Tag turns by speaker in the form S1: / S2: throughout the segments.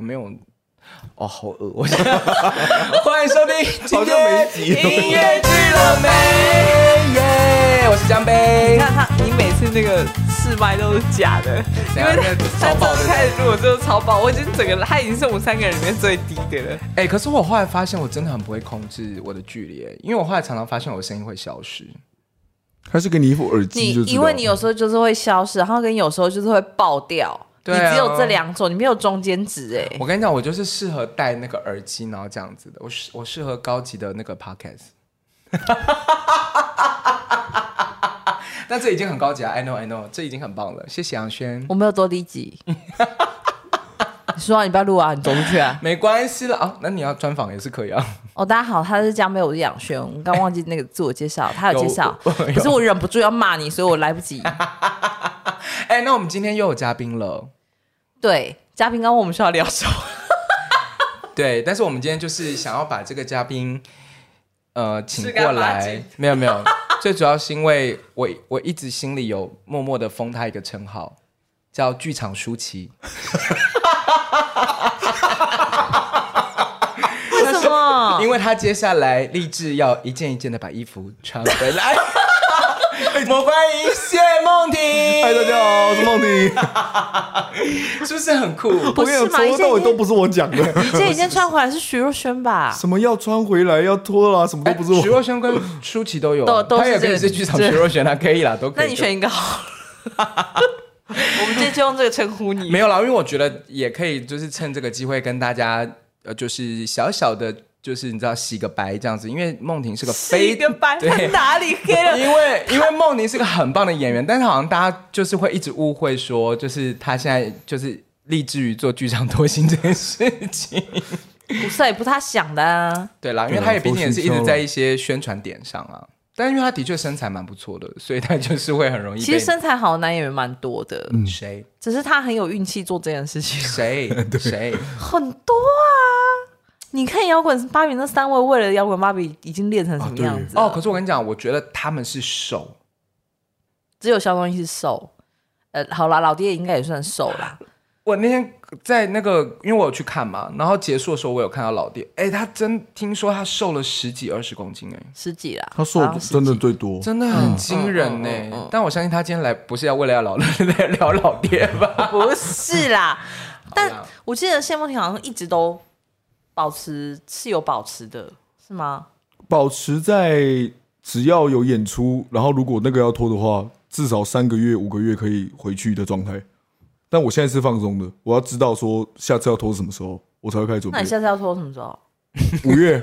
S1: 没有。哦，好饿！我想 欢迎收听今天音乐剧了没？耶！我是江
S2: 你
S1: 杯。
S2: 看他，你每次那个试麦都是假的，
S1: 怎
S2: 因
S1: 样
S2: 为
S1: 那个
S2: 他
S1: 超
S2: 从
S1: 爆的
S2: 开始录我就超爆，我已经整个他已经是我们三个人里面最低的了。
S1: 哎、可是我后来发现，我真的很不会控制我的距离，因为我后来常常发现我的声音会消失。
S3: 他是给你一副耳
S2: 你
S3: 机就知道，
S2: 因为你有时候就是会消失，然后跟有时候就是会爆掉，
S1: 对啊
S2: 你只有这两种，你没有中间值哎、
S1: 我跟你讲，我就是适合戴那个耳机，然后这样子的。我适我适合高级的那个 podcast。但这已经很高级了，I know I know，这已经很棒了，谢谢杨轩。
S2: 我没有多低级。你说、啊、你不要录啊，你走出去 啊！
S1: 没关系了啊，那你要专访也是可以啊。
S2: 哦，大家好，他是江妹，我是杨轩，我们刚忘记那个自我介绍，他有介绍，
S1: 有
S2: 可是我忍不住要骂你，所以我来不及。
S1: 哎、那我们今天又有嘉宾了，
S2: 对，嘉宾刚问我们需要聊什么？
S1: 对，但是我们今天就是想要把这个嘉宾，呃，请
S2: 吃干
S1: 过
S2: 抹净
S1: 来，没有没有，最主要是因为我我一直心里有默默的封他一个称号，叫剧场舒淇，
S2: 为什 么？
S1: 因为他接下来立志要一件一件的把衣服穿回 来。我们欢迎谢梦
S2: 哎
S3: 嗨，大
S1: 婷，
S3: 家好，我是梦 迪。
S1: 是不是很酷？
S2: 不
S3: 我跟
S2: 是
S3: 你
S2: 嘛
S3: 讲，从头到
S2: 一件一
S3: 尾
S2: 件
S3: 都不是我讲的，
S2: 你 这几天穿回来是徐若瑄吧？
S3: 什么要穿回来，要脱啦，什么都不是
S1: 哎徐
S2: 哎
S3: 我。
S1: 若瑄跟舒淇都有，啊
S2: 都都是
S1: 他也可
S2: 这
S1: 以
S2: 个
S1: 是剧场
S2: 这
S1: 徐若瑄啊，可以啦，都可以。
S2: 那你选一个好了。 我们这就用这个称呼你。
S1: 没有啦，因为我觉得也可以，就是趁这个机会跟大家，呃，就是小小的，就是你知道洗个白这样子，因为梦婷是个非
S2: 一个啊白，他
S1: 对。
S2: 哪里黑了？
S1: 因为因为梦婷是个很棒的演员，但是好像大家就是会一直误会说，就是她现在就是立志于做剧场多星这件事情。
S2: 不是，也不是他想的啊。
S1: 对啦，因为她也毕竟也是一直在一些宣传点上啊，但因为她的确身材蛮不错的，所以她就是会很容易被。
S2: 其 实身材好的男演员蛮多的，
S1: 谁
S2: 只是他很有运气做这件事情。
S1: 谁谁
S2: 很多啊！你看摇滚芭比那三位，为了摇滚芭比已经练成什么样子了
S1: 哦，可是我跟你讲，我觉得他们是瘦。
S2: 只有肖东一是瘦。呃，好啦，老爹应该也算瘦啦。
S1: 我那天在那个，因为我有去看嘛，然后结束的时候我有看到老爹，哎，他真听说他瘦了十几二十公斤，哎，
S2: 十几啦，
S3: 他瘦
S2: 好像十几
S3: 真的最多，
S1: 真的很惊人呢、
S2: 嗯嗯嗯嗯
S1: 但我相信他今天来不是要为了要聊聊老爹 吧？
S2: 不是啦，但
S1: 好啦
S2: 我记得谢梦婷好像一直都保持是有保持的，是吗？
S3: 保持在只要有演出，然后如果那个要脱的话，至少三个月、五个月可以回去的状态。但我现在是放松的，我要知道说下次要脱是什么时候，我才会开始准
S2: 那
S3: 备
S2: 你。下次要拖什么时候？
S3: 五月，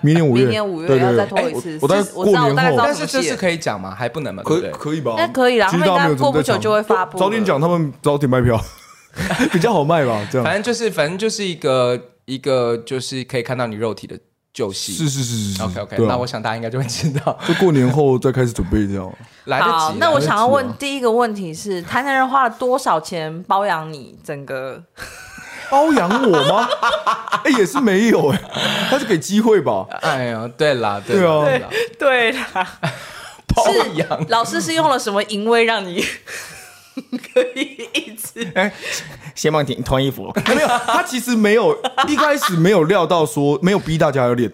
S3: 明年五月，
S2: 明年五
S3: 对
S2: 月
S3: 对
S2: 要再
S3: 对
S2: 拖一次。
S3: 我我大概
S2: 是我知道，
S3: 过
S2: 我
S3: 年
S2: 大概知道
S1: 但
S2: 什
S1: 是这
S2: 么戏
S1: 是
S2: 了。
S1: 可以讲吗？还不能嘛，对
S3: 可
S1: 不对？
S3: 可以吧？
S2: 应该可以啦
S3: 其实
S2: 他们
S3: 大家
S2: 应该
S3: 没有这么
S2: 过不
S3: 在
S2: 久
S3: 抢
S2: 就会发布
S3: 早点
S2: 了
S3: 讲，他们早点卖票， 比较好卖吧？这
S1: 反
S3: 样
S1: 正就是反正就是一个一个就是可以看到你肉体的旧戏。
S3: 是是是是是
S1: OK OK，、
S3: 对啊
S1: 那我想大家应该就会知道，
S3: 就过年后再开始准备这样。
S1: 来得及
S2: 好
S1: 了。，
S2: 那我
S3: 得
S2: 想要
S3: 及
S2: 问
S3: 了
S2: 第一个问题是：台南人花了多少钱包养你 整个？
S3: 包养我吗？ 哎、也是没有哎、他是给机会吧？
S1: 哎呀，对啦，
S3: 对
S1: 啦，
S3: 啊
S1: 对啦，
S2: 对啦，
S1: 包
S2: 是
S1: 养。
S2: 老师是用了什么淫威让你 可以一直？
S3: 谢梦婷脱衣服， 没有，他其实没有一开始没有料到说没有逼大家要练，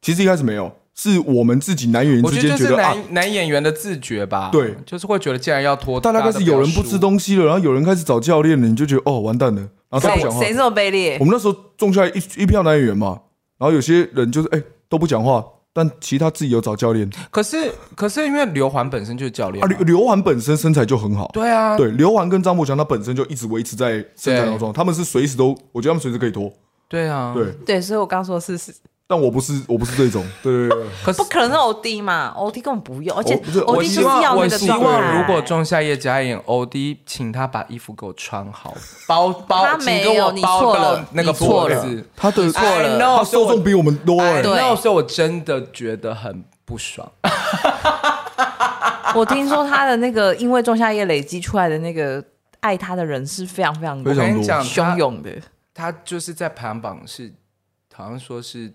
S3: 其实一开始没有，是我们自己男演员
S1: 我
S3: 之
S1: 觉得
S3: 间
S1: 就
S3: 觉
S1: 是
S3: 得啊
S1: 男、，男演员的自觉吧，
S3: 对
S1: 就是会觉得既然要脱，
S3: 大家开
S1: 都
S3: 始
S1: 要
S3: 有人不吃
S1: 输
S3: 东西了，然后有人开始找教练了，你就觉得哦完蛋了，然后他
S2: 谁
S3: 不讲话
S2: 谁。这么卑劣
S3: 我？们那时候种下一一票男演员嘛，然后有些人就是哎、都不讲话，但其实他自己有找教练。
S1: 可是可是因为刘环本身就是教练
S3: 啊，
S1: 嘛、
S3: 刘刘环本身身材就很好，
S1: 对啊，
S3: 对，刘环跟张博强他本身就一直维持在身材高状，他们是随时都，我觉得他们随时可以脱。
S1: 对啊，
S3: 对，
S2: 对，所以我刚说是是，
S3: 但我不是，我不是这种。对对 对，
S1: 可是
S2: 不。可能是 OD 嘛，OD 根本不用，而且
S3: 我不是
S1: 我
S2: OD
S1: 希
S2: 就是
S1: 望，
S2: 要
S1: 我
S2: 那个
S1: 希
S2: 状
S1: 望
S2: 态。
S1: 如果仲夏夜加演 OD，请他把衣服给我穿好，包 包，
S2: 他没有
S1: 请给我
S2: 你
S1: 包
S2: 错
S1: 到
S2: 了
S1: 那个
S2: 你错
S1: 脖
S2: 了
S1: 子。
S3: 他的
S2: 错了
S1: I
S3: 他
S1: know，所以
S3: 受
S1: 我
S3: 众比我们多哎、
S1: I
S2: 对
S1: know，所以我真的觉得很不爽。
S2: 我听说他的那个因为仲夏夜累积出来的那个爱他的人是非常非常
S3: 非常
S1: 我跟你
S3: 多
S1: 讲，
S2: 汹
S1: 他
S2: 涌的。
S1: 他就是在排行榜是，好像说是，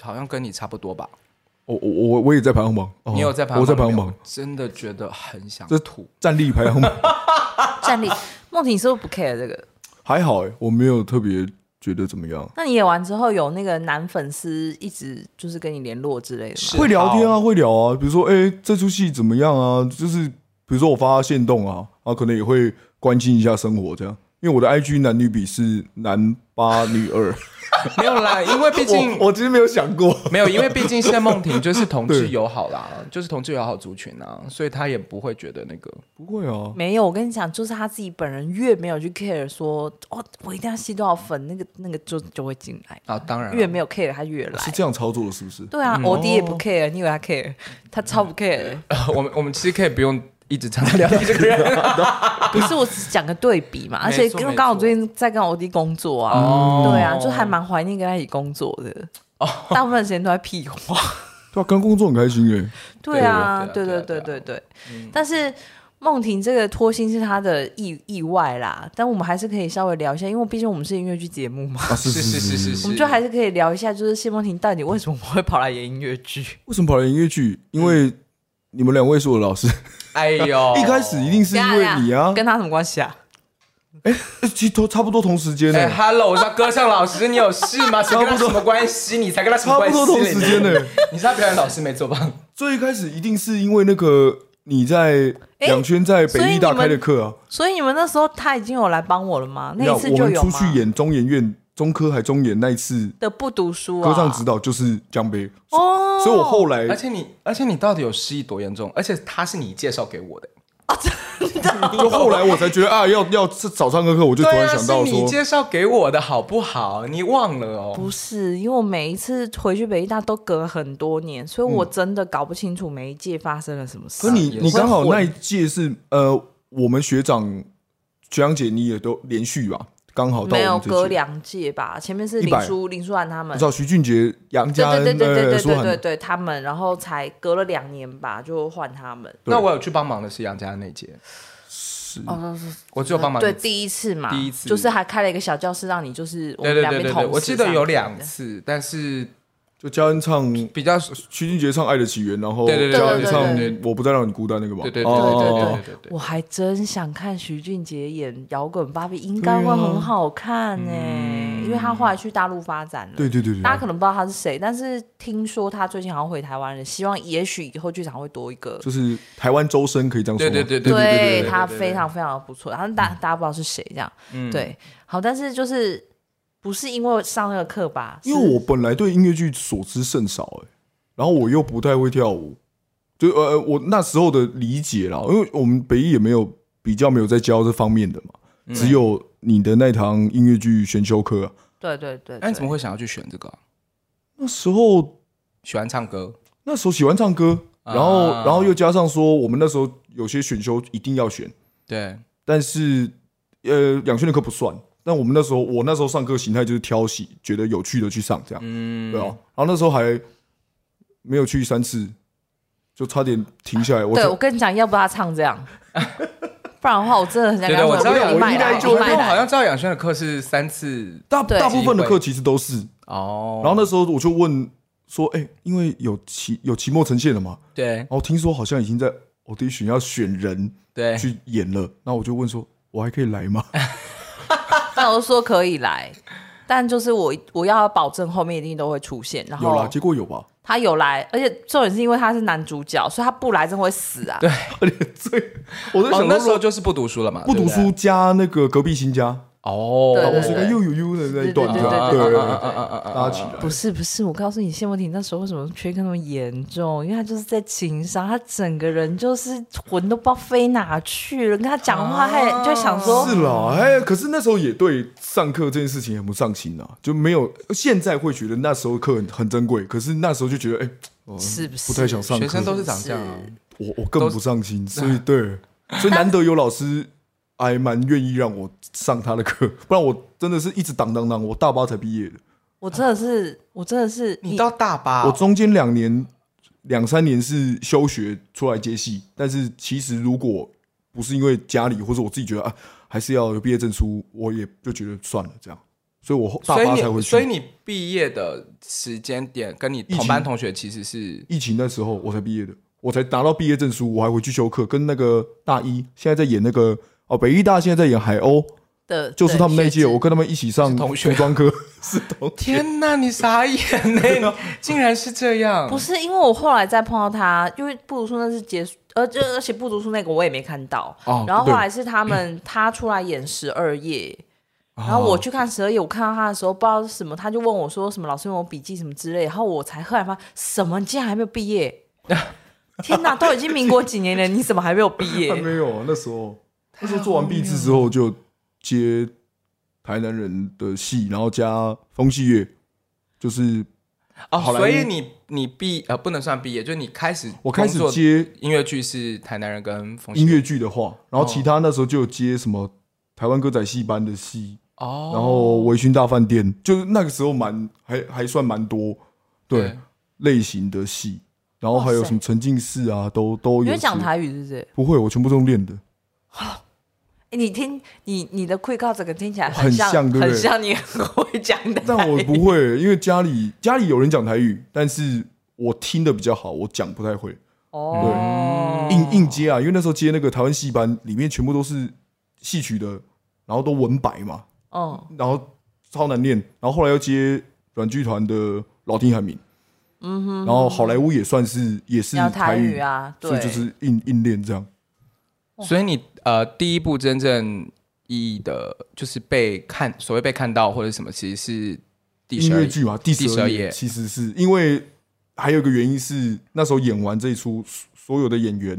S1: 好像跟你差不多吧。
S3: 我我我我也在排行榜，哦
S1: 你有在排行榜？
S3: 我在排行
S1: 我
S3: 榜，
S1: 真的觉得很想
S3: 这
S1: 吐。
S3: 战力排行榜
S2: 战力，梦婷你是不是不 care 这个？
S3: 还好哎、我没有特别觉得怎么样。
S2: 那你演完之后有那个男粉丝一直就是跟你联络之类的吗？
S1: 是
S3: 会聊天啊，会聊啊，比如说，哎、这出戏怎么样啊？就是比如说我发现动啊，啊，可能也会关心一下生活这样，因为我的 IG 男女比是男八女二，
S1: 没有啦，因为毕竟
S3: 我我其实没有想过，
S1: 没有，因为毕竟现在梦婷就是同志
S3: 对
S1: 友好啦，就是同志友好族群啊，所以他也不会觉得那个。
S3: 不会啊，
S2: 没有，我跟你讲，就是他自己本人越没有去 care 说，哦，我一定要吸多少粉，那个那个就就会进来，
S1: 啊，当然啊，
S2: 越没有 care 他越来
S3: 是。这样操作的，是不是？
S2: 对啊，我弟也不 care，你以为他 care？他超不 care 的。
S1: 我们我们其实可以不用一直常常聊到这个 人。
S2: 不是，我只是讲个对比嘛，而且
S1: 没错
S2: 因为
S1: 没
S2: 刚好
S1: 错
S2: 最近在跟我弟工作啊，
S1: 哦
S2: 对啊，就还蛮怀念跟他一起工作的。 大部分时间都在屁话。
S3: 对啊，刚工作很开心哎、
S2: 对啊，嗯对
S1: 对
S2: 对
S1: 对对
S2: 对对
S1: 对
S2: 对。但是梦婷这个脱薪是她的意意外啦，但我们还是可以稍微聊一下，因为毕竟我们是音乐剧节目嘛，
S3: 啊，是
S1: 是是
S3: 是
S1: 是
S3: 是
S1: 是
S3: 是，
S2: 我们就还是可以聊一下，就是谢梦婷到底为什么会跑来演音乐剧？
S3: 为什么跑来音乐剧？因为你们两位是我的老师，
S1: 哎呦，
S3: 一开始一定 是因为你啊，
S2: 跟她什么关系啊？
S3: 欸其实都差不多同时间呢、
S1: 哎，Hello，我是歌唱老师，你有事吗？谁跟他
S3: 差
S1: 什
S3: 不多
S1: 么关系？你才跟他什么
S3: 差
S1: 关
S3: 不
S1: 系？
S3: 多同时间呢、
S1: 你是他表演老师没错吧？
S3: 最一开始一定是因为那个你在
S2: 哎
S3: 两圈在北艺大
S2: 所以你们
S3: 开的课啊，
S2: 所以你们那时候她已经有来帮我了吗？那一次
S3: 我
S2: 就
S3: 们
S2: 有
S3: 出
S2: 吗？
S3: 去演中研院中科还中研那一次
S2: 的不读书啊，
S3: 歌唱指导就是江杯，
S2: 哦，
S3: 所以我后来
S1: 而且你，而且你到底有失忆多严重？而且他是你介绍给我的，
S2: 哎
S3: 就后来我才觉得啊，要要是早唱歌课，我就突
S1: 对
S3: 然
S1: 啊，
S3: 想
S1: 是
S3: 到
S1: 你
S3: 说，
S1: 介绍给我的好不好？你忘了哦。
S2: 不是，因为我每一次回去北艺大都隔很多年，所以我真的搞不清楚每一届发生了什么事。
S3: 可你
S1: 嗯也是
S3: 你刚好那一届是呃，我们学长学长姐你也都连续吧，刚好到
S2: 没有
S3: 我们
S2: 隔
S3: 这届，
S2: 两届吧，前面是
S3: 一百
S2: 林书林书涵他们
S3: 你知，道徐俊杰、杨
S2: 对
S3: 家恩、
S2: 对对对对
S3: 呃
S2: 对
S3: 苏
S2: 对
S3: 涵
S2: 对，对，他们，然后才隔了两年吧，就换他们。
S3: 对
S1: 那我有去帮忙的是杨家那节，
S2: 哦，
S1: 我只有帮忙
S2: 对
S1: 一次
S2: 第一次嘛，
S1: 第一次
S2: 就是还开了一个小教室，让你就是我
S1: 对
S2: 们
S1: 对
S2: 两
S1: 对
S2: 边
S1: 对
S2: 同
S1: 对，
S2: 时
S1: 我记得有两
S2: 上
S1: 次，但是
S3: 就家恩唱
S1: 比较
S3: 徐俊杰唱《爱的起源》，然后
S1: 对对对
S3: 家恩
S2: 对对
S3: 唱
S1: 对对
S3: 《我不再让你孤单》那个吧，
S1: 对对对
S3: 哦
S2: 对对
S3: 哦哦
S1: 对对
S2: 课。我还真想看徐俊杰演摇滚芭比，应该会
S1: 啊
S2: 很好看呢、
S1: 嗯
S2: 因为他后来去大陆发展了。
S3: 对对对对，
S2: 大家可能不知道他是谁，但是听说他最近好像回台湾了，希望也许以后剧场会多一个。
S3: 就是台湾周深可以这样说
S1: 对
S3: 吗，
S1: 对对对对对
S2: 他
S1: 对嗯
S2: 非常非常的不错，然后大大家不知道是谁这样，对，好，但是就是不是因为上那个课吧？
S3: 因为我本来对音乐剧所知甚少、欸，然后我又不太会跳舞，就呃，我那时候的理解啦，因为我们北艺也没有比较没有在教这方面的嘛，
S1: 嗯
S3: 只有你的那堂音乐剧选修课、啊，
S2: 对对对，
S1: 哎那你怎么
S2: 会？
S1: 会想要去选这个啊？
S3: 那时候
S1: 喜欢唱歌，
S3: 那时候喜欢唱歌，然后、然后又加上说我们那时候有些选修一定要选，
S1: 对，
S3: 但是呃，两圈的课不算。但我们那时候，我那时候上课形态就是挑喜，觉得有趣的去上这样。
S1: 嗯，
S3: 对啊，然后那时候还没有去三次，就差点停下来。我
S2: 对
S3: 就
S2: 我跟你讲，要不他唱这样， 不然的话我真的很想
S1: 对对，
S2: 跟他
S1: 我知道
S2: 说
S1: 杨，
S2: 你买
S3: 应该
S2: 来，
S3: 就
S2: 你
S1: 因为
S2: 买
S1: 我好
S2: 来，
S1: 像知道杨轩的课是三次
S3: 大
S2: 对
S3: 大部分的课其实都是。
S1: 哦，
S3: 然后那时候我就问说：“哎、因为有期有期末呈现了嘛，
S1: 对
S3: 然后听说好像已经在 audition 要选人
S1: 对，
S3: 去演了，那我就问说：我还可以来 吗？
S2: 那我就说可以来，但就是我我要保证后面一定都会出现，然
S3: 有
S2: 后
S1: 哦
S3: 啦，结果有吧？
S2: 他有来，而且重点是因为他是男主角，所以他不来真的会死啊。对，
S3: 最我在
S1: 哦
S3: 想
S1: 那时候
S3: 说
S1: 就是不读书了嘛，
S3: 不读
S1: 对
S3: 书
S1: 对
S3: 加那个隔壁新家，
S1: 哦，
S2: 对
S3: 我
S2: 对
S3: 是
S2: 对
S3: 个又有悠的那一段，
S2: 对
S3: 对
S2: 对
S3: 吧
S2: 对
S3: 对
S2: 对对
S3: 对
S1: 啊
S2: 对
S3: 对，大家起来
S2: 不。是不是，我告诉你，谢梦婷那时候为什么缺课那么严重？因为她就是在情商，她整个人就是魂都不知道飞哪去了。跟她讲话，她也就想说，
S3: 是啦，哎，可是那时候也对上课这件事情很不上心啊，就没有现在会觉得那时候课很很珍贵，可是那时候就觉得哎、呃
S2: 是不是
S3: 不太想上课，
S1: 学生都是长这样啊，
S3: 我我更不上心，所以 对，所以难得有老师还蛮愿意让我上他的课，不然我真的是一直挡挡挡，我大八才毕业的，
S2: 我真的是，我真的是
S1: 你到大八
S3: 我，中间两年两三年是休学出来接戏，但是其实如果不是因为家里或者我自己觉得啊，还是要有毕业证书，我也就觉得算了这样，所以我后大
S1: 所以
S3: 八才回
S1: 你所以
S3: 去。
S1: 你毕业的时间点跟你
S3: 疫
S1: 同
S3: 情
S1: 班同学其实是
S3: 疫情那时候我才毕业的，我才拿到毕业证书，我还回去修课，跟那个大一现在在演那个哦北医大现在在演海鸥，
S2: 的，
S3: 就是他们那一届，
S2: 的学
S3: 我跟他们一起上
S1: 是同学
S3: 服装 课，是同
S1: 天哪，你傻眼 呢、你
S3: 啊
S1: 竟然是这样！
S2: 姐不是因为我后来再碰到他，因为不读书那是结束，而就而且不读书那个我也没看到。
S3: 哦
S2: 然后后
S3: 对
S2: 来是他们他出来演十二夜。然后
S3: 哦
S2: 我去看十二夜，我看到他的时候不知道是什么，他就问我说什么老师问我笔记什么之类，然后我才赫然发现什么你竟然还没有毕 业，天哪，都已经民国几年了，你怎么还没有毕业
S3: 还？没有啊那时候，那时候做完毕制之后就接台南人的戏，然后加风戏乐，就是
S1: 哦，
S3: 好莱坞
S1: 所以你你毕呃不能算毕业，就是你开始
S3: 我开始
S1: 工作
S3: 接
S1: 音乐剧是台南人跟冯
S3: 音
S1: 熙
S3: 乐剧的话，然后其他那时候就有接什么台湾歌仔戏班的戏，
S1: 哦，
S3: 然后微醺大饭店，就是那个时候蛮还还算蛮多对
S1: 对
S3: 类型的戏，然后还有
S2: 哇塞
S3: 什么沉浸式啊，都都
S2: 你
S3: 有
S2: 会
S3: 接。
S2: 讲台语是不是？
S3: 不会，我全部都用练的。
S2: 诶你听你你的 quick call 整个听起来
S3: 很
S2: 像
S3: 像对不对
S2: 很像你很会讲的，
S3: 但我不会，因为家里家里有人讲台语，但是我听的比较好，我讲不太会。
S2: 哦，
S3: 硬硬接啊，因为那时候接那个台湾戏班，里面全部都是戏曲的，然后都文白嘛，
S2: 嗯，
S3: 然后超难念，然后后来又接软剧团的老丁海明，嗯哼，然后好莱坞也算是也是
S2: 要
S3: 台
S2: 台语，啊，
S3: 所
S2: 对，
S3: 以就是硬硬练这样。
S1: 所以你呃第一部真正意义的，就是被看所谓被看到或者什么，其实是第
S3: 音
S1: 十二
S3: 乐剧嘛，第
S1: 第十二
S3: 二
S1: 页
S3: 其实是因为还有一个原因是那时候演完这一出，所所有的演员，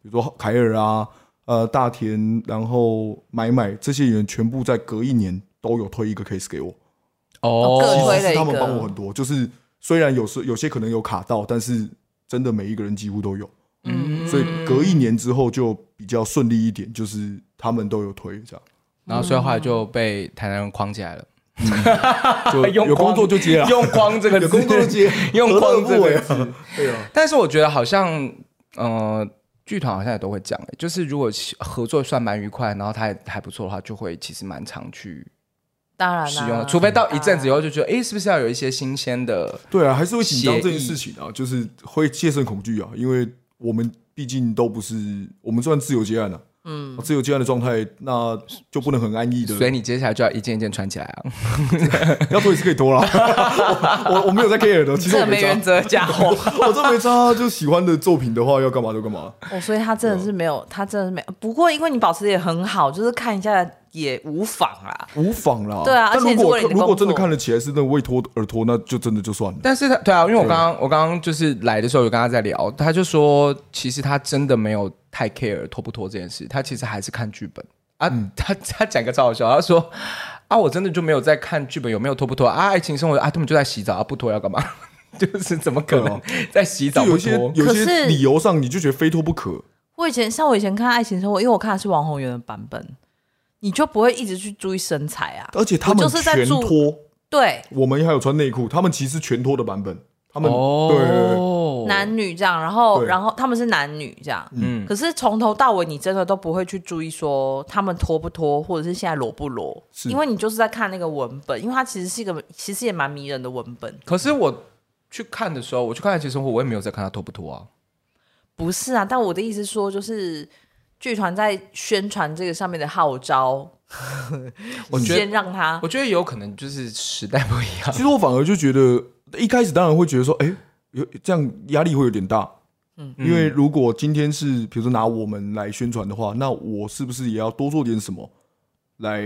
S3: 比如说凯尔啊、呃大田，然后买买这些演员，全部在隔一年都有推一个 case 给我，
S1: 哦，
S2: 各
S3: 其实
S2: 推了
S3: 是
S2: 一个
S3: 他们帮我很多，就是虽然有时有些可能有卡到，但是真的每一个人几乎都有，
S1: 嗯
S3: 所以隔一年之后就比较顺利一点，就是他们都有推这样。
S1: 然后所以后来就被台南人框起来了，
S3: 就
S1: 用
S3: 有工作就接啊，
S1: 用“框”这个字，
S3: 有工作就接，
S1: 用“框”这个
S3: 何乐而不为
S1: 字
S3: 啊。对啊，
S1: 但是我觉得好像，呃，剧团好像也都会讲、欸，就是如果合作算蛮愉快，然后他也还不错的话，就会其实蛮常去
S2: 当然
S1: 使
S3: 啊
S2: 啦
S1: 用的，除非到一阵子以
S2: 当
S1: 后
S2: 然
S1: 就觉得，哎、是不是要有一些新鲜的？
S3: 对啊，还是会紧张
S1: 协议
S3: 这件事情啊，就是会戒慎恐惧啊，因为我们毕竟都不是我们算自由接案啊，嗯，自由接案的状态，那就不能很安逸的，
S1: 所以你接下来就要一件一件穿起来啊！
S3: 要脱也是可以脱啦。 我我我没有在 care 的，其实
S2: 这
S3: 我
S2: 没
S3: 没
S2: 原
S3: 差，
S2: 则家伙。
S3: 我这没差，就喜欢的作品的话，要干嘛就干嘛。
S2: 哦，所以他真的是没有，
S3: 啊
S2: 他真的是没有。不过因为你保持的也很好，就是看一下也无妨啦。
S3: 无妨啦，
S2: 对啊而
S3: 但
S2: 且
S3: 如
S2: 你是
S3: 果
S2: 为了你的
S3: 如果
S2: 工作
S3: 真的看得起来是那未脱而脱，那就真的就算了。
S1: 但是他对啊，因为我刚刚我刚刚就是来的时候有跟他在聊，他就说其实他真的没有太 care 脱不脱这件事，他其实还是看剧本啊。
S3: 嗯
S1: 他他讲个超好笑，他说啊，我真的就没有在看剧本有没有脱不脱啊，爱情生活啊，他们就在洗澡啊，不脱要干嘛？ 就是怎么可能在洗澡
S3: 就
S1: 不
S3: 啊有一些
S1: 脱？
S3: 有一
S2: 可是
S3: 些理由上，你就觉得非脱不可。
S2: 我以前像我以前看《爱情生活》，因为我看的是王宏源的版本，你就不会一直去注意身材啊。
S3: 而且他
S2: 我
S3: 们
S2: 就是在
S3: 全
S2: 注
S3: 脱，
S2: 对，
S3: 我们还有穿内裤，他们其实全脱的版本，他们、
S1: 哦，
S3: 对对对
S2: 男女这样，然后
S3: 对
S2: 然后他们是男女这样。
S1: 嗯，
S2: 可是从头到尾，你真的都不会去注意说他们脱不脱，或者是现在裸不裸，
S3: 是
S2: 因为你就是在看那个文本，因为它其实是一个其实也蛮迷人的文本。
S1: 可是我去看的时候，我去看爱情生活，我也没有在看他脱不脱啊。
S2: 不是啊，但我的意思说，就是剧团在宣传这个上面的 号召，
S1: 我觉得
S2: 先让他
S1: 我觉得有可能就是时代不一样
S3: 其，实我反而就觉得，一开始当然会觉得说，哎、有这样压力会有点大。嗯，因为如果今天是比如说拿我们来宣传的话，那我是不是也要多做点什么，来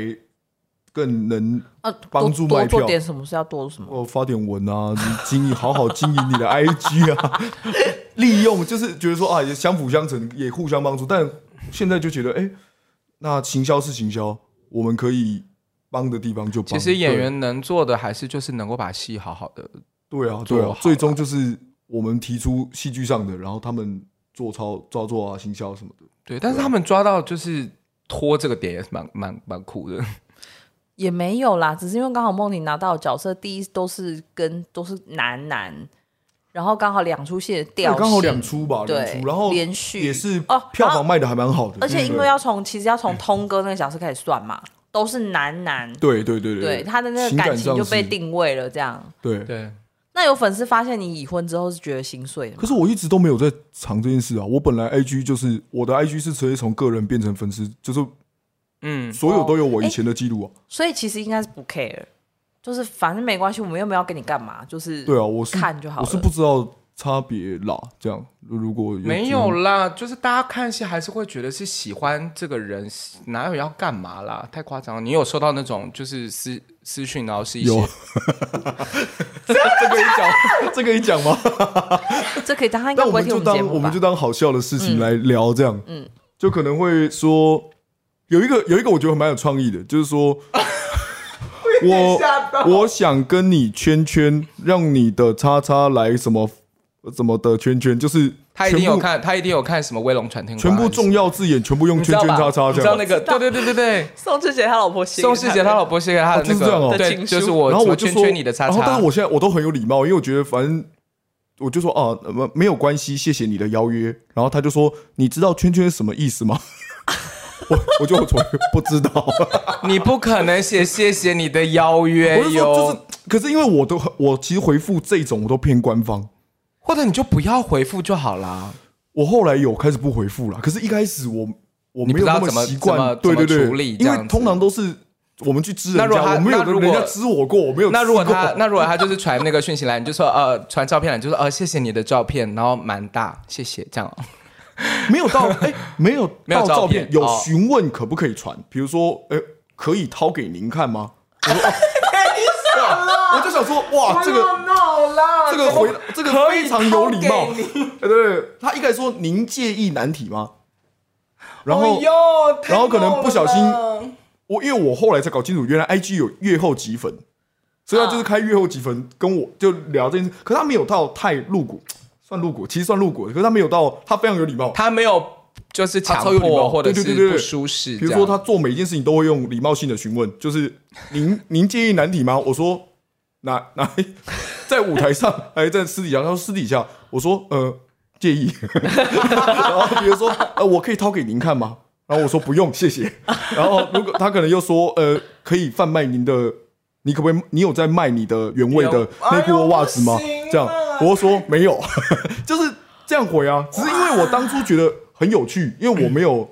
S3: 更能
S2: 呃
S3: 帮
S2: 多
S3: 助
S2: 多
S3: 卖
S2: 做
S3: 票
S2: 点什么是要多什么。
S3: 呃发点文啊，你经营好好经营你的 IG 啊， 利用就是觉得说啊，也相辅相成，也互相帮助。但现在就觉得，哎、那行销是行销，我们可以帮的地方就帮。
S1: 其实演
S3: 对
S1: 员能做的还是就是能够把戏好好的
S3: 对啊，
S1: 做
S3: 对
S1: 好
S3: 啊，最终就是我们提出戏剧上的，然后他们做操操作啊、行销什么的。
S1: 对，但是他们抓到就是拖这个点也是蛮蛮蛮酷的。
S2: 也没有啦，只是因为刚好梦婷拿到的角色，第一都是跟都是男男，然后刚好两出戏的调
S3: 对，刚好
S2: 性
S3: 两出吧，两
S2: 对
S3: 出，然后
S2: 连续
S3: 也是
S2: 哦
S3: 票
S2: 然后
S3: 房卖的还蛮好的。
S2: 而且
S3: 对
S2: 因为要从其实要从通哥那个角色开始算嘛，都是男男，
S3: 对对对
S2: 对他的那个
S3: 情
S2: 感
S3: 感
S2: 情
S3: 上
S2: 就被
S3: 是
S2: 定位了这样。
S3: 对。
S1: 对，
S2: 那有粉丝发现你已婚之后是觉得心碎的吗
S3: 可是我一直都没有在藏这件事啊！我本来 IG 就是我的 IG 是直接从个人变成粉丝，就是
S1: 嗯，
S3: 所有都有我以前的记录啊。
S2: 所以其实应该是不 care，就是反正没关系，我们又没有跟你干嘛，就是
S3: 对啊，我是
S2: 呃看就好了。
S3: 我是不知道差别啦。这样如果
S1: 没有啦，就是大家看戏还是会觉得是喜欢这个人，哪有要干嘛啦？太夸张了！你有收到那种就是私私讯，然后是一些
S3: 有这个一讲， 这个一讲吗？
S2: 这可以 当他应该
S3: 那
S2: 不
S3: 我们
S2: 会听
S3: 就
S2: 们节
S3: 当我
S2: 目吧
S3: 们就？当好笑的事情来聊，这样，嗯，就可能会说有一个有一个我觉得蛮有创意的，就是 说我我想跟你圈圈，让你的叉叉来什么怎么的圈圈，就是
S1: 他一
S3: 全
S1: 定有
S3: 部
S1: 看，他一定有看什么《威龙传天官》
S3: 全部重要字眼全部用
S1: 你知
S3: 圈
S1: 道
S3: 圈
S1: 吧
S3: 叉叉
S1: 你
S3: 这
S1: 知道
S3: 样
S1: 那。个？对对对对 对，
S2: 宋志杰他老婆写给
S1: 宋世杰他老婆写给他的
S3: 哦就
S1: 那
S3: 是这样
S1: 个，
S3: 哦
S1: 对，
S2: 情书
S1: 就是我
S3: 然后我
S1: 我
S3: 就
S1: 圈
S3: 说，
S1: 圈你的叉
S3: 然后但
S1: 叉
S3: 是。我现在我都很有礼貌，因为我觉得反正我就说啊，呃没没有关系，谢谢你的邀约。然后他就说，你知道圈圈是什么意思吗？ 我我就我从来不 知道，
S1: 你不可能写谢谢你的邀约
S3: 我就说就是
S1: 哟，，
S3: 可是因为我都很我其实回复这种我都偏官方，
S1: 或者你就不要回复就好啦。
S3: 我后来有开始不回复了，可是一开始我我没有那
S1: 你
S3: 习惯，
S1: 不知道怎
S3: 对
S1: 么
S3: 对
S1: 怎么
S3: 对
S1: 处理，这
S3: 因
S1: 样子
S3: 为通常都是我们去知
S1: 那
S3: 人
S1: 如果
S3: 家，
S1: 他
S3: 我没有
S1: 那如果
S3: 人家知我过，我没有
S1: 那如果
S3: 吃过
S1: 他那如果他就是传那个讯息来，你就说呃传照片来，你就说呃谢谢你的照片，然后蛮大，谢谢这 样。
S3: 没有到哎、没有
S1: 没有
S3: 到
S1: 照
S3: 照
S1: 片
S3: 片，有
S1: 哦
S3: 询问可不可以传？比如说，哎、可以掏给您看吗？哦 我就想说，哇，这个
S1: 闹啦
S3: 这个回这个非常有礼貌
S1: 掏给。
S3: 哎对，他一开始说您介意难题吗？然后、
S1: 哦哟
S3: 然后可能不小心我因为我后来才搞清楚，原来 IG 有月后积分，所以他就是开月后积分跟我就聊这件事，可是他没有到太露骨，算露骨，其实算露骨，可是他没有到，他非常有礼貌。
S1: 他没有就是强
S3: 他超有礼
S1: 迫
S3: 貌
S1: 或者
S3: 对对对
S1: 是
S3: 对
S1: 不
S3: 对
S1: 舒适
S3: 比
S1: 这
S3: 如
S1: 样，
S3: 说他做每一件事情都会用礼貌性的询问， 就是您您介意难题吗？我说 哪哪在舞台上还是在私底下？他说私底下，我说呃介意。 然后比如说呃我可以掏给您看吗？然后我说不用谢谢。然后如果他可能又说呃可以贩卖您的，你可不可以？你有在卖你的原味的
S1: 哎
S3: 内裤或袜子吗？
S1: 啊
S3: 这样我说没有， 就是这样回啊。只是因为我当初觉得很有趣，因为我没有。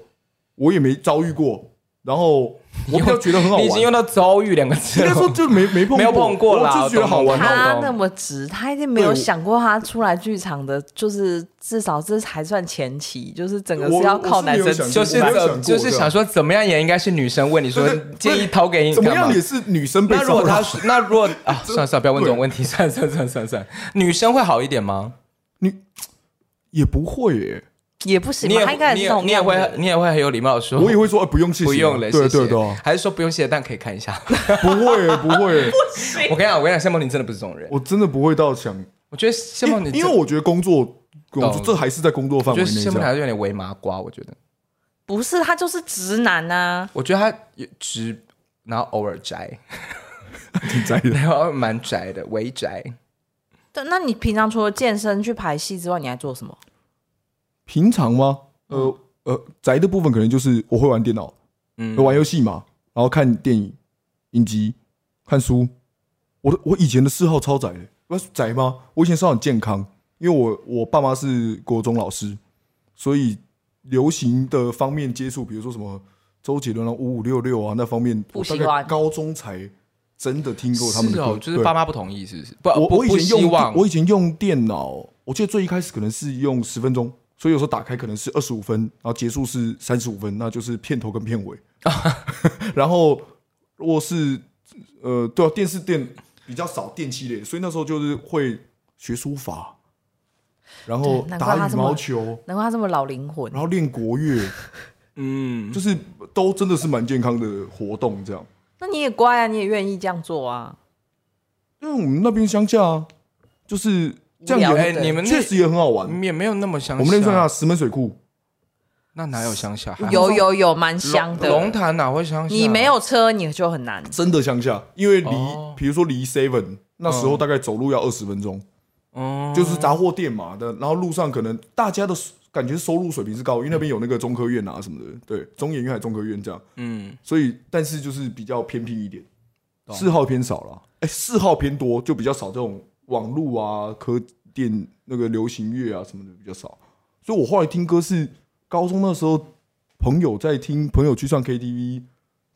S3: 我也没遭遇过，然 后我比较觉得很好
S1: 你已
S3: 玩
S1: 经。用到遭遇两个字
S3: 应该说
S1: 了。
S3: 就没没碰
S1: 没有碰过
S3: 过
S1: 啦
S3: 我就觉得好
S1: 懂
S3: 玩。啊
S1: 懂
S3: 好玩
S2: 他
S1: 懂
S2: 那么直，他一定没有想过他出来剧场的，就是至少这还算前期，就是整个
S3: 我
S2: 是要靠男生
S3: 我是没有想过
S1: 就是
S3: 我没有
S1: 怎
S3: 想过
S1: 就是想说，怎么样也应该是女生问你说
S3: 对对
S1: 建议掏给你
S3: 怎么
S1: 干嘛
S3: 样也？是女生被
S1: 那如
S3: 骚
S1: 果他
S3: 扰。
S1: 那如果啊，算了算了，不要问这种问题，算了算了算了算了算了，女生会好一点吗？
S3: 也不会耶，
S2: 也不行
S1: 你
S2: 吧，
S1: 也
S2: 他应该
S1: 你
S2: 也是
S1: 也
S2: 那种
S1: 你也
S2: 样子
S1: 会你也会很有礼貌地说，
S3: 我也会说呃不用谢谢，
S1: 不用了，
S3: 对
S1: 谢谢
S3: 对对啊，
S1: 还是说不用谢谢，但可以看一下。
S3: 不会耶不会耶，
S1: 我跟你讲，我跟你讲，谢梦玲真的不是这种人。
S3: 我真的不会到想，
S1: 我觉得谢梦
S3: 因
S1: 玲
S3: 为
S1: 真，
S3: 因为我觉得工作工作
S1: 懂
S3: 这还是在工作范
S1: 我
S3: 围
S1: 觉得
S3: 内
S1: 谢梦
S3: 这
S1: 玲还
S3: 样。
S1: 是有点为麻瓜，我觉得。
S2: 不是他就是直男啊呐、
S1: 我觉得他也直，然后偶尔宅，
S3: 挺在的。
S1: 然后蛮宅的，微宅。
S2: 对，那你平常除了健身、去排戏之外，你还做什么？
S3: 平常吗？呃呃，宅的部分可能就是我会玩电脑，
S1: 嗯
S3: 玩游戏嘛，然后看电影、影集、看书。我的我以前的嗜好超宅的，我宅吗？我以前是很健康，因为我我爸妈是国中老师，所以流行的方面接触，比如说什么周杰伦啊、五五六六啊那方面，
S2: 不
S3: 我大
S2: 喜欢
S3: 概高中才真的听过他们
S1: 是
S3: 的
S1: 哦
S3: 歌。，
S1: 就是
S3: 对
S1: 爸妈不同意，是不是？不，
S3: 我
S1: 啊不
S3: 我以
S1: 不
S3: 前
S1: 希
S3: 用
S1: 望
S3: 我以前用电脑，我记得最一开始可能是用十分钟，所以有时候打开可能是二十五分，然后结束是三十五分，那就是片头跟片尾。然后如果是呃，对啊，电视电比较少电器类，所以那时候就是会学书法，然后
S2: 对难怪他
S3: 打羽
S2: 这么
S3: 毛球，
S2: 难怪他这么老灵魂
S3: 然。后练国乐，
S1: 嗯，
S3: 就是都真的是蛮健康的活动这样。
S2: 那你也乖啊，你也愿意这样做啊？
S3: 因为我们那边乡下啊，就是这
S2: 无
S3: 样
S2: 聊
S3: 也
S1: 哎，
S2: 对
S1: 你们那
S3: 确实也很好玩。
S1: 也没有那么乡下，
S3: 我们那边乡下石门水库。
S1: 那哪有乡下？还好
S2: 有有有，蛮香
S1: 龙龙
S2: 的。
S1: 潭哪会啊乡下？
S2: 你没有车，你就很难。
S3: 真的乡下，因为离
S1: 哦
S3: 比、如说离 Seven 那时候大概走路要二十分钟，
S1: 哦，
S3: 就是杂货店嘛的，然后路上可能大家的感觉收入水平是高，因为那边有那个中科院啊什么的，对，中研院还中科院这样，
S1: 嗯，
S3: 所以但是就是比较偏僻一点，
S1: 懂
S3: 嗜好偏少啦，哎、嗜好偏多就比较少这种网络啊、科电那个流行乐啊什么的比较少，所以我后来听歌是高中那时候朋友在听，朋友去上 KTV，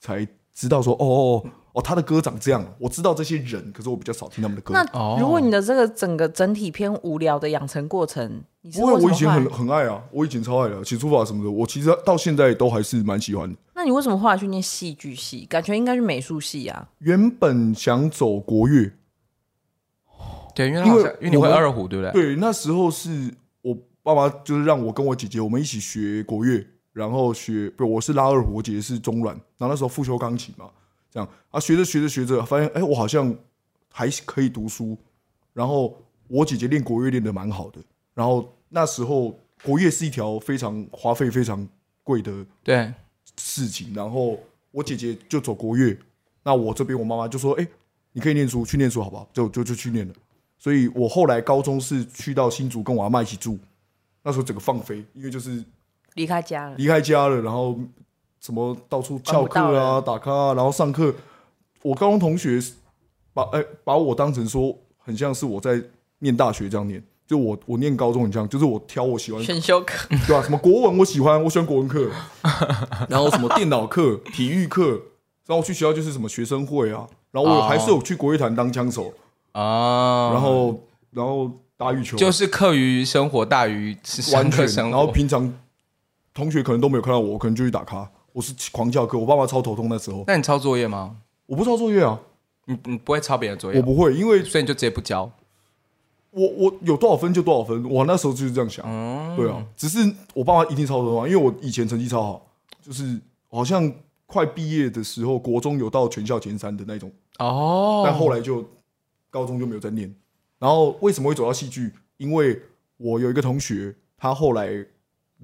S3: 才知道说，哦哦哦哦，他的歌长这样，我知道这些人，可是我比较少听他们的歌。
S2: 那
S1: 哦
S2: 如果你的这个整个整体偏无聊的养成过程，你是
S3: 不会，
S2: 为什
S3: 我以
S2: 么
S3: 前
S2: 后
S3: 很
S2: 来？
S3: 很爱啊，我以前超爱的、啊，起出法什么的，我其实到现在都还是蛮喜欢的。
S2: 那你为什么后来去念戏剧系？感觉应该是美术系啊。
S3: 原本想走国乐，
S1: 对，因为
S3: 因
S1: 因
S3: 为
S1: 为因为你会
S3: 我们
S1: 二胡，对不对？
S3: 对，那时候是我爸妈就是让我跟我姐姐我们一起学国乐，然后学不，我是拉二胡，我姐姐是中阮，然后那时候复修钢琴嘛，这样啊，学着学着学着，发现哎、我好像还可以读书，然后我姐姐练国乐练得蛮好的，然后那时候国乐是一条非常花费非常贵的
S1: 对，
S3: 事情，然后我姐姐就走国乐，那我这边我妈妈就说：“哎、你可以念书，去念书好不好？”就就就去念了。所以我后来高中是去到新竹跟我阿妈一起住，那时候整个放飞，因为就是
S2: 离开家了，
S3: 离开家了，然后什么到处翘课
S2: 帮不到
S3: 啊、打卡啊，然后上课。我高中同学把哎、把我当成说很像是我在念大学这样念，就我我念高中很像，就是我挑我喜欢
S2: 选修课，
S3: 对啊，什么国文我喜欢，我喜欢国文 课，然后什么电脑课、体育课，然后我去学校就是什么学生会啊，然后我有
S1: 哦
S3: 还是有去国乐团当枪手，
S1: 哦，
S3: 然后然后打羽球，啊
S1: 就是课余生活大于
S3: 完
S1: 上
S3: 全
S1: 课，生
S3: 然
S1: 活，
S3: 后平常同学可能都没有看到我，我可能就去打卡，我是狂翘课，我爸妈超头痛那时候，
S1: 那你抄作业吗？
S3: 我不抄作业啊，
S1: 你你不会抄别人作业
S3: 我
S1: 吗，
S3: 不会，因为
S1: 所以你就直接不交。
S3: 我我有多少分就多少分，我那时候就是这样想，
S1: 嗯
S3: 对啊，只是我爸妈一定超头痛啊，因为我以前成绩超好，就是好像快毕业的时候，国中有到全校前三的那种，
S1: 哦，
S3: 但后来就高中就没有再念。然后为什么会走到戏剧？因为我有一个同学，他后来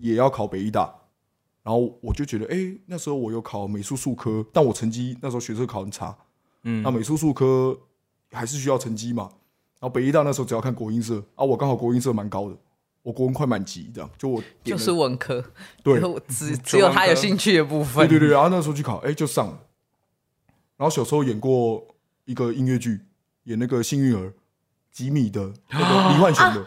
S3: 也要考北医大，然后我就觉得，哎、那时候我有考美术术科，但我成绩那时候学测考很差，
S1: 嗯
S3: 那美术术科还是需要成绩嘛。然后北医大那时候只要看国音社啊，我刚好国音社蛮高的，我国文快满级这样，就我点
S2: 就
S3: 了
S2: 是文科，
S3: 对
S2: 就只只
S1: 就
S2: 有
S1: 文
S2: 他有
S1: 科
S2: 兴趣的部
S3: 对
S2: 分。
S3: 对对，然后那时候去考，哎、就上了。然后小时候演过一个音乐剧，演那个幸运儿，吉米的那个李焕雄的，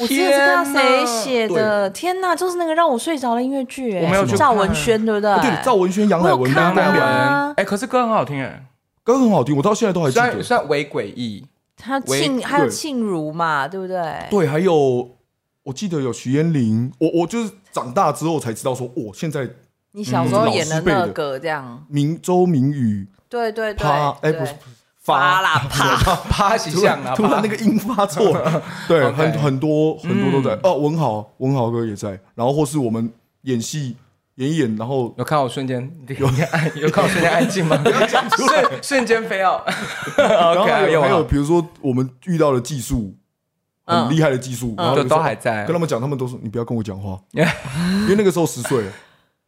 S2: 我记得是看到谁
S1: 天哪
S2: 写的，天哪，就是那个让我睡着的音乐剧，哎
S1: 我没有去
S2: 赵
S1: 看
S2: 文轩，对不对？
S3: 啊对，赵文轩、杨乃
S2: 我
S3: 文、
S2: 有看
S3: 张
S1: 当
S2: 啊
S3: 光
S1: 然
S3: 良，
S1: 人，哎，可是歌很好听哎，
S3: 歌很好听，我到现在都还记
S1: 虽然
S3: 得。
S1: 虽然微诡异，
S2: 他
S1: 喂
S2: 庆还有
S3: 对
S2: 庆茹嘛，对不对？
S3: 对，还有我记得有徐嫣玲，我我就是长大之后才知道说，哦，现在
S2: 你小时候演的
S3: 嗯老
S2: 那
S3: 师辈
S2: 个这样，
S3: 明周明宇
S2: 对对对
S3: 啪，，哎、
S2: 对
S3: 不是
S2: 发啦啪，
S1: 趴形
S3: 突然
S1: 象啊，
S3: 突然 那个音发错了，对，
S1: OK
S3: 很很多很多都在哦，文豪文豪哥也在，然后或是我们演戏演一演，然后
S1: 有看我瞬间 有看有看我瞬间安 静吗？瞬瞬间非要
S3: 然 后
S1: ，OK，
S3: 还
S1: 啊
S3: 有还有
S1: 有
S3: 比如说我们遇到的技术很
S2: 嗯
S3: 厉害的技术，然后
S1: 啊，
S3: 有
S1: 都
S3: 时候
S1: 都还在
S3: 跟他们讲，他们都说你不要跟我讲 话，因为那个时候十岁了，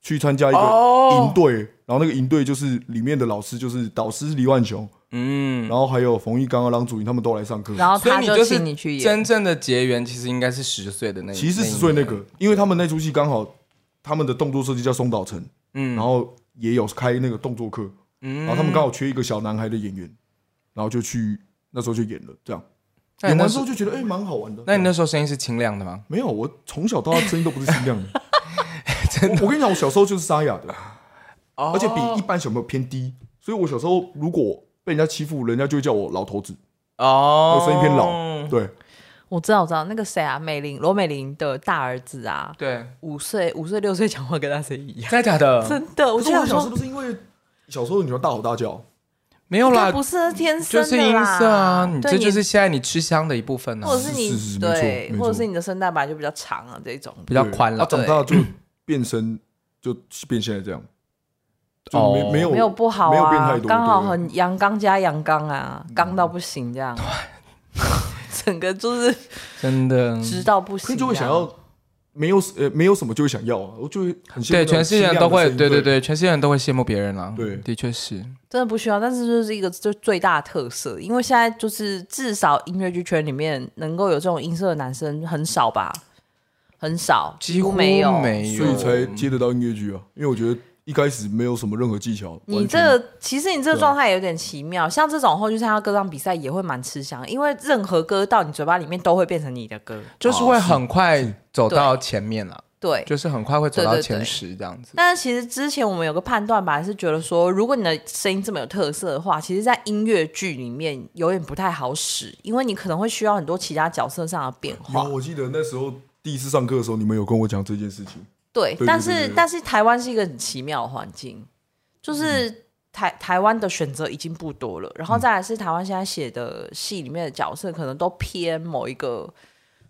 S3: 去参加一个
S1: 哦
S3: 营队，然后那个营队就是里面的老师就是导师李万雄，
S1: 嗯。
S3: 然后还有冯玉刚啊、郎祖筠他们都来上课，
S2: 然后
S1: 所以
S2: 他
S1: 你就
S2: 请你去
S1: 是
S2: 演，
S1: 真正的结缘，其实应该是十岁的那一，
S3: 其实是十岁那
S1: 一年，
S3: 个，因为他们那出戏刚好他们的动作设计叫松岛城，
S1: 嗯
S3: 然后也有开那个动作课，
S1: 嗯
S3: 然后他们刚好缺一个小男孩的演员，然后就去那时候就演了，这样
S1: 那你
S3: 演
S1: 那
S3: 完
S1: 时
S3: 之
S1: 候
S3: 后，就觉得哎蛮好玩的。
S1: 那你那时候声音是清亮的吗？
S3: 没有，我从小到大声音都不是清 亮的，我我跟你讲，我小时候就是沙哑的，
S1: 哦
S3: 而且比一般小朋友偏低，所以我小时候如果被人家欺负，人家就会叫我老头子，
S1: 哦
S3: 我，声音偏老，对，
S2: 我知道我知道那个谁啊，美玲罗美玲的大儿子啊，
S1: 对，
S2: 五岁五岁六岁讲话跟他声音一样，
S1: 真的假的？
S2: 真的，
S3: 嗯
S2: 我
S3: 可是
S2: 就
S3: 我小
S2: 想
S3: 时候
S2: 说
S3: 不是因为小时候你要大吼大叫，
S1: 没有
S2: 他
S1: 啦，
S2: 不是天生
S1: 就
S2: 的
S1: 是音
S2: 啦
S1: 色啊，你
S2: 对
S1: 这就是现在你吃香的一部分呢、啊
S2: 或者是
S3: 是是
S2: 你
S3: 是没
S2: 对，
S3: 错
S2: 或者
S3: 没
S2: 是
S3: 错
S2: 你的声带本来就比较长啊，这种
S1: 比较宽
S3: 他
S1: 了。
S3: 长大就变身，就变现在这样，就没、
S1: 哦
S3: 没有
S2: 没有不好
S3: 没有变
S2: 啊
S3: 太，多，
S2: 刚好
S3: 对
S2: 很阳刚加阳刚啊，刚到不行这样， 整个就是
S1: 真的，
S2: 直到不
S3: 嗯可
S2: 行，
S3: 是就会想要没有呃没有什么就会想要啊，我就会很羡慕
S1: 对，
S3: 那种
S1: 全世界人
S3: 清
S1: 都
S3: 亮的
S1: 会，
S3: 声音
S1: 对对
S3: 对，
S1: 对，全世界人都会羡慕别人啦。啊
S3: 对
S1: 的确是，
S2: 真的不需要，但是就是一个就最大的特色，因为现在就是至少音乐剧圈里面能够有这种音色的男生很少吧，很少，
S1: 几
S2: 乎
S1: 乎
S2: 没有。
S1: 没有
S3: 所以才接得到音乐剧啊，因为我觉得一开始没有什么任何技巧，
S2: 你
S3: 完
S2: 这
S3: 全
S2: 个其实你
S1: 啊
S2: 这个状态有点奇妙，像这种后去参加歌唱比赛也会蛮吃香，因为任何歌到你嘴巴里面都会变成你的歌。
S1: 就是会很快走到前面了。
S2: 对。
S1: 就是很快会走到
S2: 对对
S1: 前
S2: 对
S1: 十这样子。
S2: 但是其实之前我们有个判断吧，是觉得说，如果你的声音这么有特色的话，其实，在音乐剧里面有点不太好使，因为你可能会需要很多其他角色上的变
S3: 有，
S2: 化。
S3: 我记得那时候第一次上课的时候，你们有跟我讲这件事情。
S2: 对，
S3: 对
S2: 但
S3: 对对
S2: 是
S3: 对
S2: 但是台湾是一个很奇妙的环境，就是台台湾的选择已经不多了，然后再来是台湾现在写的戏里面的角色可能都偏某一个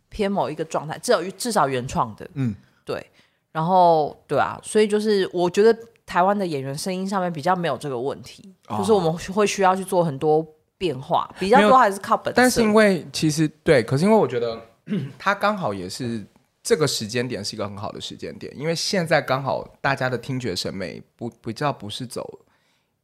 S2: 偏某一个状态，至少至少原创的，
S3: 嗯，
S2: 对，然后对啊，所以就是我觉得台湾的演员声音上面比较没有这个问题，就是我们会需要去做很多变化，比较
S1: 没有
S2: 多还是靠本色，
S1: 但是因为其实对，可是因为我觉得 它刚好也是这个时间点是一个很好的时间点，因为现在刚好大家的听觉审美不比较不是走。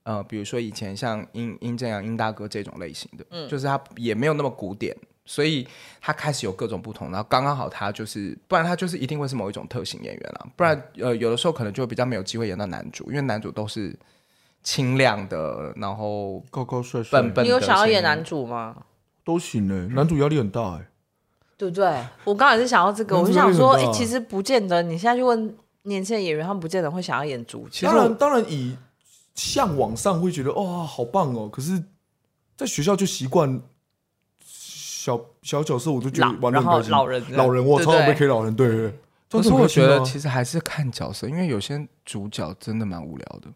S1: 呃，比如说以前像殷殷正阳、殷大哥这种类型的，
S2: 嗯
S1: 就是他也没有那么古典，所以他开始有各种不同，然后刚刚好他就是，不然他就是一定会是某一种特型演员啦，不然呃有的时候可能就比较没有机会演到男主，因为男主都是清亮的，然后
S3: 高高帅帅
S1: 笨笨的声音。
S2: 你有想要演男主吗？
S3: 都行嘞，男主压力很大哎。
S2: 对不对？我刚才是想要这个，
S3: 嗯
S2: 我就想说，
S3: 这个很
S2: 哎、
S3: 大
S2: 其实不见得，你现在去问年轻的演员，他们不见得会想要演主
S1: 其
S2: 角。
S3: 当
S1: 实我
S3: 然，当然以向往上会觉得哇、好棒哦。可是，在学校就习惯小小角色，我就觉得
S2: 老，
S3: 玩的
S2: 然后
S3: 很开心。
S2: 老人，
S3: 老人，我
S2: 对
S3: 超
S2: 不
S3: 常被
S2: 对
S3: K 老人，对对对。
S1: 可
S3: 这
S1: 是
S3: 样子很
S1: 我
S3: 开心
S1: 觉
S3: 啊
S1: 得其实还是看角色，因为有些主角真的蛮无聊的。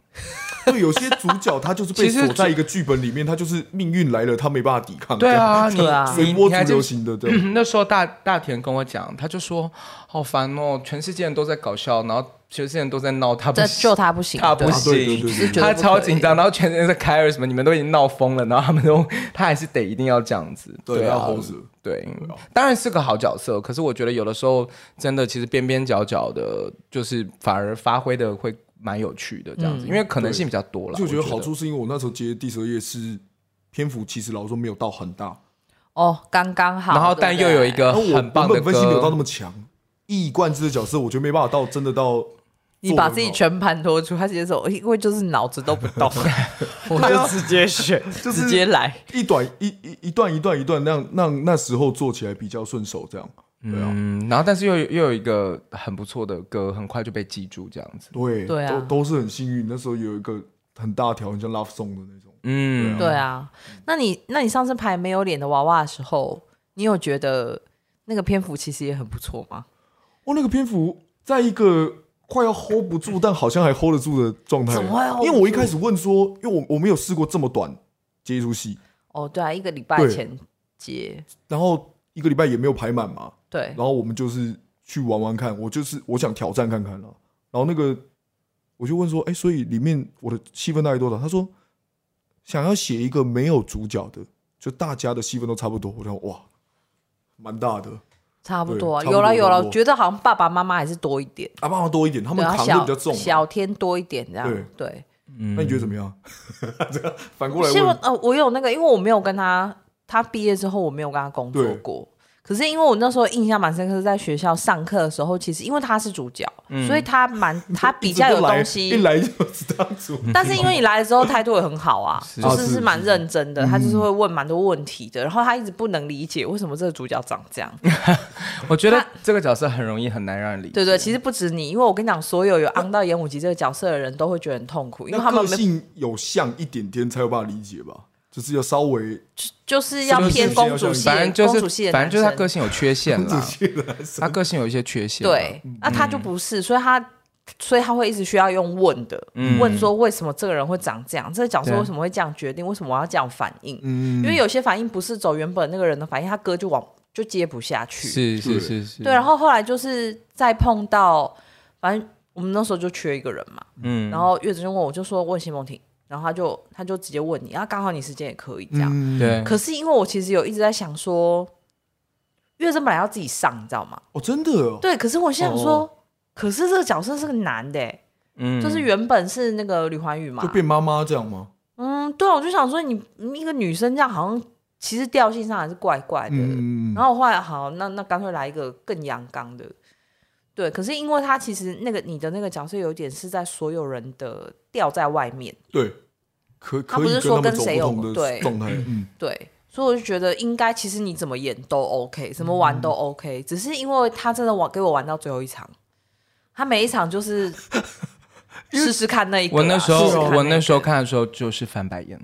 S3: 对有些主角他就是被
S1: 其实
S3: 锁在一个剧本里面，他就是命运来了，他没办法抵抗。
S1: 对啊，你
S2: 对啊
S3: 这样，
S1: 你
S3: 随波
S1: 你
S3: 逐
S1: 还记
S3: 流
S1: 得
S3: 型的这
S2: 嗯
S3: 样。
S1: 那时候大大田跟我讲，他就说好烦哦，全世界人都在搞笑，然后全世界人都在闹，他不
S2: 这
S1: 行
S2: 就他不行，
S1: 他不
S2: 对
S1: 行，
S3: 对对对对
S2: 对
S1: 他超紧张，然后全世界在开尔什么，你们都已经闹疯了，然后他们都他还是得一定要这样子，
S3: 对
S1: 对啊
S3: 要 hold 着，
S1: 对，当然是个好角色，可是我觉得有的时候真的其实边边角角的，就是反而发挥的会蛮有趣的这样子，因为可能性比较多了。
S3: 就我觉得
S1: 我
S3: 好处是因为我那时候接第十二页是篇幅，其实老实说没有到很大，
S2: 哦，刚刚好。
S1: 然后
S2: 对不
S1: 但又
S2: 对
S1: 有一个
S3: 然后哎我
S1: 很棒的
S3: 文本分析没有到那
S1: 歌，
S3: 么强。一以贯之的角色，我觉得没办法到真的 到。
S2: 你把自己全盘托出，他直接走，因为就是脑子都不 动，我就直接选，
S3: 就是
S2: 直接来。
S3: 一短一一一段一段一段，那样让那时候做起来比较顺手，这样。对啊，
S1: 嗯，然后但是又有又有一个很不错的歌，很快就被记住这样子。
S3: 对，
S2: 对啊
S3: 都都是很幸运。那时候有一个很大条，很像 love song 的那种。
S1: 嗯，
S2: 对啊，那你那你上次排没有脸的娃娃的时候，你有觉得那个篇幅其实也很不错吗？
S3: 哦，那个篇幅在一个快要 hold 不住，但好像还 hold 得住的状态。
S2: 怎么会 hold 不住
S3: 因为我一开始问说，因为我我没有试过这么短接一出戏，
S2: 哦，对啊，一个礼拜
S3: 对
S2: 前接，
S3: 然后一个礼拜也没有排满嘛，
S2: 对
S3: 然，后我们就是去玩玩看，我就是我想挑战看看了。然后那个我就问说，哎，所以里面我的戏份大概多少？他说想要写一个没有主角的，就大家的戏份都差不多。我想哇，蛮大的，
S2: 差不
S3: 对
S2: 多啊，
S3: 差不
S2: 有啦
S3: 多
S2: 有
S3: 差
S2: 啦，
S3: 不
S2: 我
S3: 多
S2: 觉得好像爸爸妈妈还是多一点，
S3: 阿爸妈多一点，他
S2: 对
S3: 们
S2: 啊，
S3: 扛的
S2: 小
S3: 比较重嘛。
S2: 小天多一点这样，
S3: 对
S2: 对。
S1: 嗯
S3: 那你觉得怎么样？这样反过来
S2: 是
S3: 问
S2: 我，呃，我有那个，因为我没有跟他，他毕业之后我没有跟他工作
S3: 对
S2: 过。可是因为我那时候印象蛮深刻，是在学校上课的时候，其实因为他是主角，所以他 蛮他比较有东
S3: 嗯一
S2: 西。
S3: 来就知道主。
S2: 但是因为你来的时候态度也很好啊，
S1: 是
S2: 就
S3: 啊
S2: 是
S3: 是嗯
S2: 是蛮认真的，他就是会问蛮多问题的。然后他一直不能理解为什么这个主角长 这样，
S1: 我觉得
S2: 他
S1: 这个角色很容易很难让人理解。
S2: 对对，其实不止你，因为我跟你讲，所有有昂到演武吉这个角色的人都会觉得很痛苦，因为
S3: 那
S2: 他们
S3: 个
S2: 没
S3: 性有像一点点才有办法理解吧，就是要稍微
S2: 就是要
S3: 是不是
S2: 偏
S3: 是不是
S2: 公
S3: 要
S2: 主
S3: 像
S2: 系
S1: 反
S2: 的，
S1: 正就
S2: 公主系
S1: 是
S2: 的
S1: 反正就是他
S2: 男生
S1: 个性有缺陷啦，他个性有一嗯些缺陷。，
S2: 对，那他就不是，所以他所以他会一直需要用问的，
S1: 嗯
S2: 问说为什么这个人会长这样，这个角色
S1: 对
S2: 为什么会这样决定，为什么我要这样反应？
S3: 嗯
S2: 因为有些反应不是走原本那个人的反应，他歌就往就接不下去。
S1: 是是是是，
S2: 对，然后后来就是再碰到，反正我们那时候就缺一个人嘛，
S1: 嗯，
S2: 然后月子就问我，就说问谢梦婷，然后他就他就直接问你，然啊后刚好你时间也可以这样，
S3: 嗯
S1: 对，
S2: 可是因为我其实有一直在想说，月子本来要自己上，你知道吗？
S3: 哦，真的哦，
S2: 对，可是我心想说，可是这个角色是个男的、欸，
S1: 嗯
S2: 就是原本是那个吕环宇嘛
S3: 就，变妈妈这样吗？
S2: 嗯，对啊，我就想说你你一个女生这样好像其实调性上还是怪怪的。
S3: 嗯，
S2: 然后我后来好，那那干脆来一个更阳刚的，对。可是因为他其实那个你的那个角色有点是在所有人的掉在外面，
S3: 对，可
S2: 他
S3: 可
S2: 不
S3: 以
S2: 是
S3: 跟
S2: 说
S3: 他们
S2: 跟
S3: 走
S2: 谁
S3: 不
S2: 有
S3: 同
S2: 对
S3: 的状态，嗯，
S2: 对。所以我就觉得应该其实你怎么演都 OK，怎么玩都 OK，、只是因为他真的玩给我玩到最后一场，他每一场就是试试看那一个啊、
S1: 我那时
S2: 试试
S1: 候
S2: 看
S1: 我那
S2: 个
S1: 时候看的时候就是翻白眼，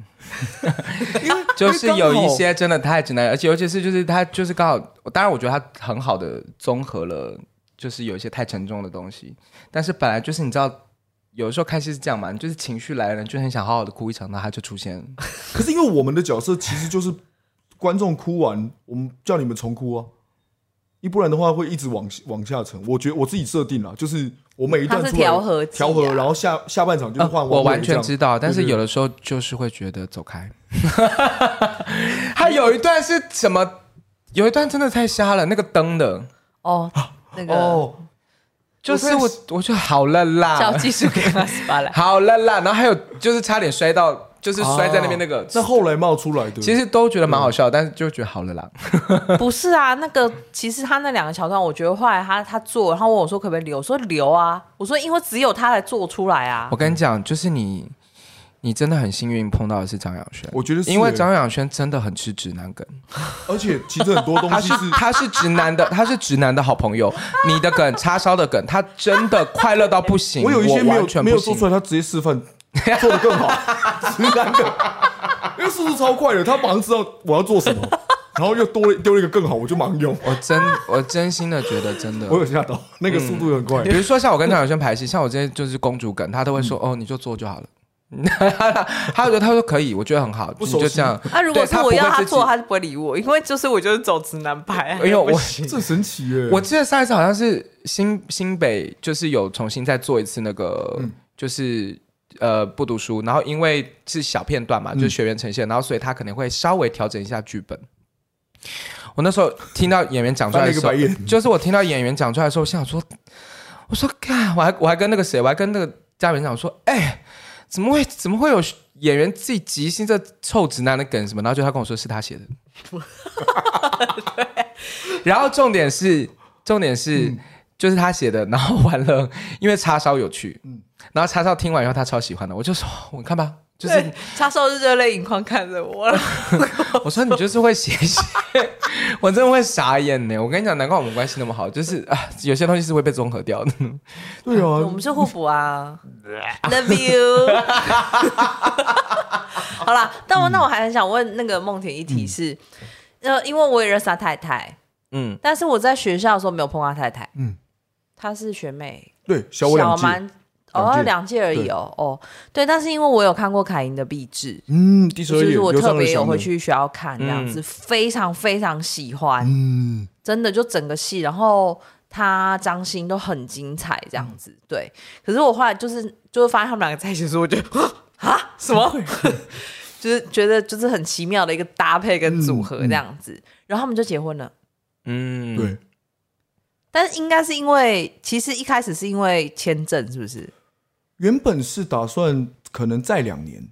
S3: 因为
S1: 就是有一，
S3: 因为
S1: 些真的太直男，而且尤其是就是他就是刚好，当然我觉得他很好的综合了，就是有一些太沉重的东西，但是本来就是你知道。有的时候看戏是这样嘛，你就是情绪来了，你就很想好好的哭一场，然后他就出现了。
S3: 刚好可是因为我们的角色其实就是观众哭完，我们叫你们重哭啊，一不然的话会一直往往下沉。我觉得我自己设定了，就是我每一段
S2: 它是
S3: 出来
S2: 调和剂啊
S3: 调和，然后下下半场就是换、
S1: 哦我完全知道，但是有
S3: 人
S1: 的时候就是会觉得走开。 他有一段是什么？有一段真的太瞎了，那个灯的，
S2: 哦，那个、
S3: 哦，
S1: 就是我我就好了
S2: 叫
S1: 啦，
S2: 技术给他十 八来。
S1: 好了啦，然后还有就是差点摔到，就是摔在那边那个，
S3: 哦那后来冒出来的，
S1: 其实都觉得蛮好笑，但是就觉得好了啦。
S2: 不是啊，那个其实他那两个桥段，我觉得后来他他做，他问我说可不可以留，我说留啊，我说因为只有他来做出来啊
S1: 我，跟你讲，就是你，你真的很幸运碰到的是张养轩，
S3: 我觉得是
S1: 因为
S3: 欸
S1: 张养轩真的很吃直男梗。
S3: 而且其实很多东
S1: 他
S3: 西
S1: 是
S3: 是
S1: 他是直男的，他是直男的好朋友。 你的梗，叉烧的梗，他真的快乐到不行。
S3: 我
S1: 我
S3: 有一些没
S1: 完
S3: 有
S1: 全
S3: 没有
S1: 不
S3: 做
S1: 行
S3: 出。来，他直接示范做的更 好，直男的，因为速度超快的，他马上知道我要做什么，然后又多了丢了一个更好，我就马上用，
S1: 我真我真心的觉得真的
S3: 我。有吓到，那个速度很快
S2: 嗯
S1: 比。如说像我跟张小轩排戏，像我之前就是公主梗，他都会说、
S3: 嗯
S1: 哦，你就做就好了。 他觉得他说可以，我觉得很好，
S3: 不
S1: 你
S3: 熟悉
S1: 就这样。
S2: 那、啊如果
S1: 对
S2: 是
S1: 他
S2: 我
S1: 不
S2: 要
S1: 会
S2: 他
S1: 自己
S2: 做，他就不会理我，因为就是我就是走直男派、啊
S1: 因。为我
S3: 这很神奇耶！
S1: 我记得上一次好像是新新北，就是有重新再做一次那个，
S3: 嗯
S1: 就是呃不读书，然后因为是小片段
S3: 嗯
S1: 嘛，就是学员呈现，然后所以他可能会稍微调整一下剧本。我那时候听到演员讲出来的时候
S3: 翻了一个白，眼
S1: 就是我听到演员讲出来的时候，我想说，我说看，我还我还跟那个谁，我还跟那个嘉宾讲说，哎、怎么会怎么会有演员自己即兴这臭直男的梗什么？然后就他跟我说是他写的，然后重点是重点是、就是他写的，然后完了，因为叉烧有趣，然后叉烧听完以后他超喜欢的，我就说哦我看吧，就是
S2: 对，他说是热泪盈眶看着我，
S1: 我说你就是会写 写，我真的会傻眼呢。我跟你讲，难怪我们关系那么好，就是啊，有些东西是会被综合掉的。
S3: 对
S2: 我
S3: 啊，
S2: 们是互补啊，Love you 。好啦，但我那我还很想问那个梦婷一
S3: 嗯
S2: 题是，呃，因为我也认识他太太，
S1: 嗯，
S2: 但是我在学校的时候没有碰到他太太，嗯
S3: 嗯，
S2: 她是学妹，
S3: 对，小我两届，
S2: 蛮哦
S3: 两届
S2: 两届而已哦哦，对，但是因为我有看过凯莹的壁纸，
S3: 嗯，第十
S2: 就
S3: 二
S2: 是
S3: 页，
S2: 我
S3: 刘
S2: 特
S3: 尚仁
S2: 别有
S3: 祥的
S2: 回，去学校看这样子，非常非常喜欢，
S3: 嗯，
S2: 真的就整个戏，然后他张欣都很精彩这样
S3: 嗯
S2: 子，对。可是我后来就是就是发现他们两个在一起的时候，我就 啊什么， 就是觉得就是很奇妙的一个搭配跟组合这样
S3: 嗯
S2: 子，然后他们就结婚了。
S1: 嗯，
S3: 对，
S2: 但是应该是因为，其实一开始是因为签证，是不是？
S3: 原本是打算可能再两年，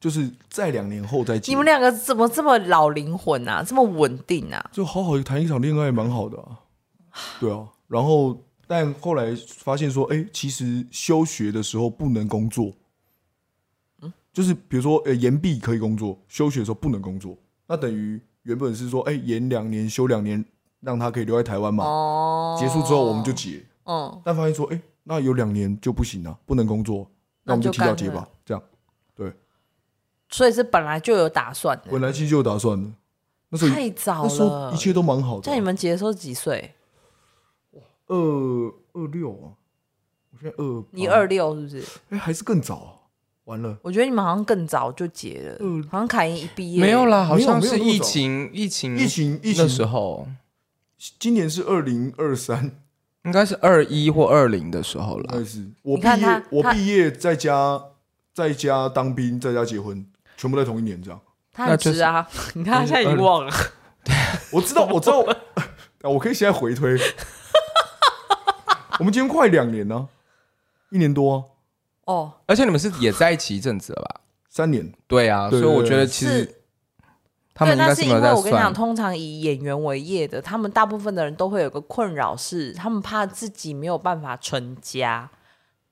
S3: 就是再两年后再结
S2: 你，们两个怎么这么老灵魂啊，这么稳定啊？
S3: 就好好谈一场恋爱，蛮好的、啊。对啊，然后但后来发现说，哎，其实休学的时候不能工作，就是比如说，呃，延毕可以工作，休学的时候不能工作，那等于原本是说，哎，延两年休两年，让他可以留在台湾嘛，
S2: 哦，
S3: 结束之后我们就结，
S2: 嗯，
S3: 但发现说，哎，那有两年就不行了、啊不能工作，那我们就提早结
S2: 那就干
S3: 吧，这样。对，
S2: 所以是本来就有打算的，
S3: 本来其实就有打算的，那时候
S2: 太早
S3: 那时候
S2: 了
S3: 一。切都蛮好的、啊
S2: 在你们结的时候几岁？
S3: 二二六啊，我现在二
S2: 你
S1: 哦
S3: 八
S2: 二六是不是？
S3: 哎、还是更早啊、完了，
S2: 我觉得你们好像更早就结了，
S3: 嗯
S2: 好像凯英一毕业
S1: 没有啦，好像
S3: 没有
S1: 是
S3: 没有那么
S1: 疫情，疫情，
S3: 疫情疫
S1: 嗯那时
S3: 情，
S1: 候
S3: 今年是二零二三，
S1: 应该是二一或二零的时候啦
S3: 还。是我
S2: 嗯你
S3: 毕
S2: 看他
S3: 业，我
S2: 他
S3: 毕业在家，在家当兵，在家结婚，全部在同一年这样。
S2: 他很直 啊，你看他现在已经忘了，
S3: 我知道，我知道， 啊我可以现在回推，我们结婚快两年呢、一年多、啊，
S2: 哦，
S1: 而且你们是也在一起一阵子了吧？
S3: 三年。
S1: 对啊，所
S3: 对
S1: 以我
S3: 对
S1: 觉得
S3: 对
S1: 其实
S2: 是
S1: 他们应
S2: 对，
S1: 该
S2: 但
S1: 是没
S2: 是因
S1: 有
S2: 为
S1: 在
S2: 我跟你讲，
S1: 算。
S2: 通常以演员为业的，他们大部分的人都会有个困扰是，他们怕自己没有办法成家，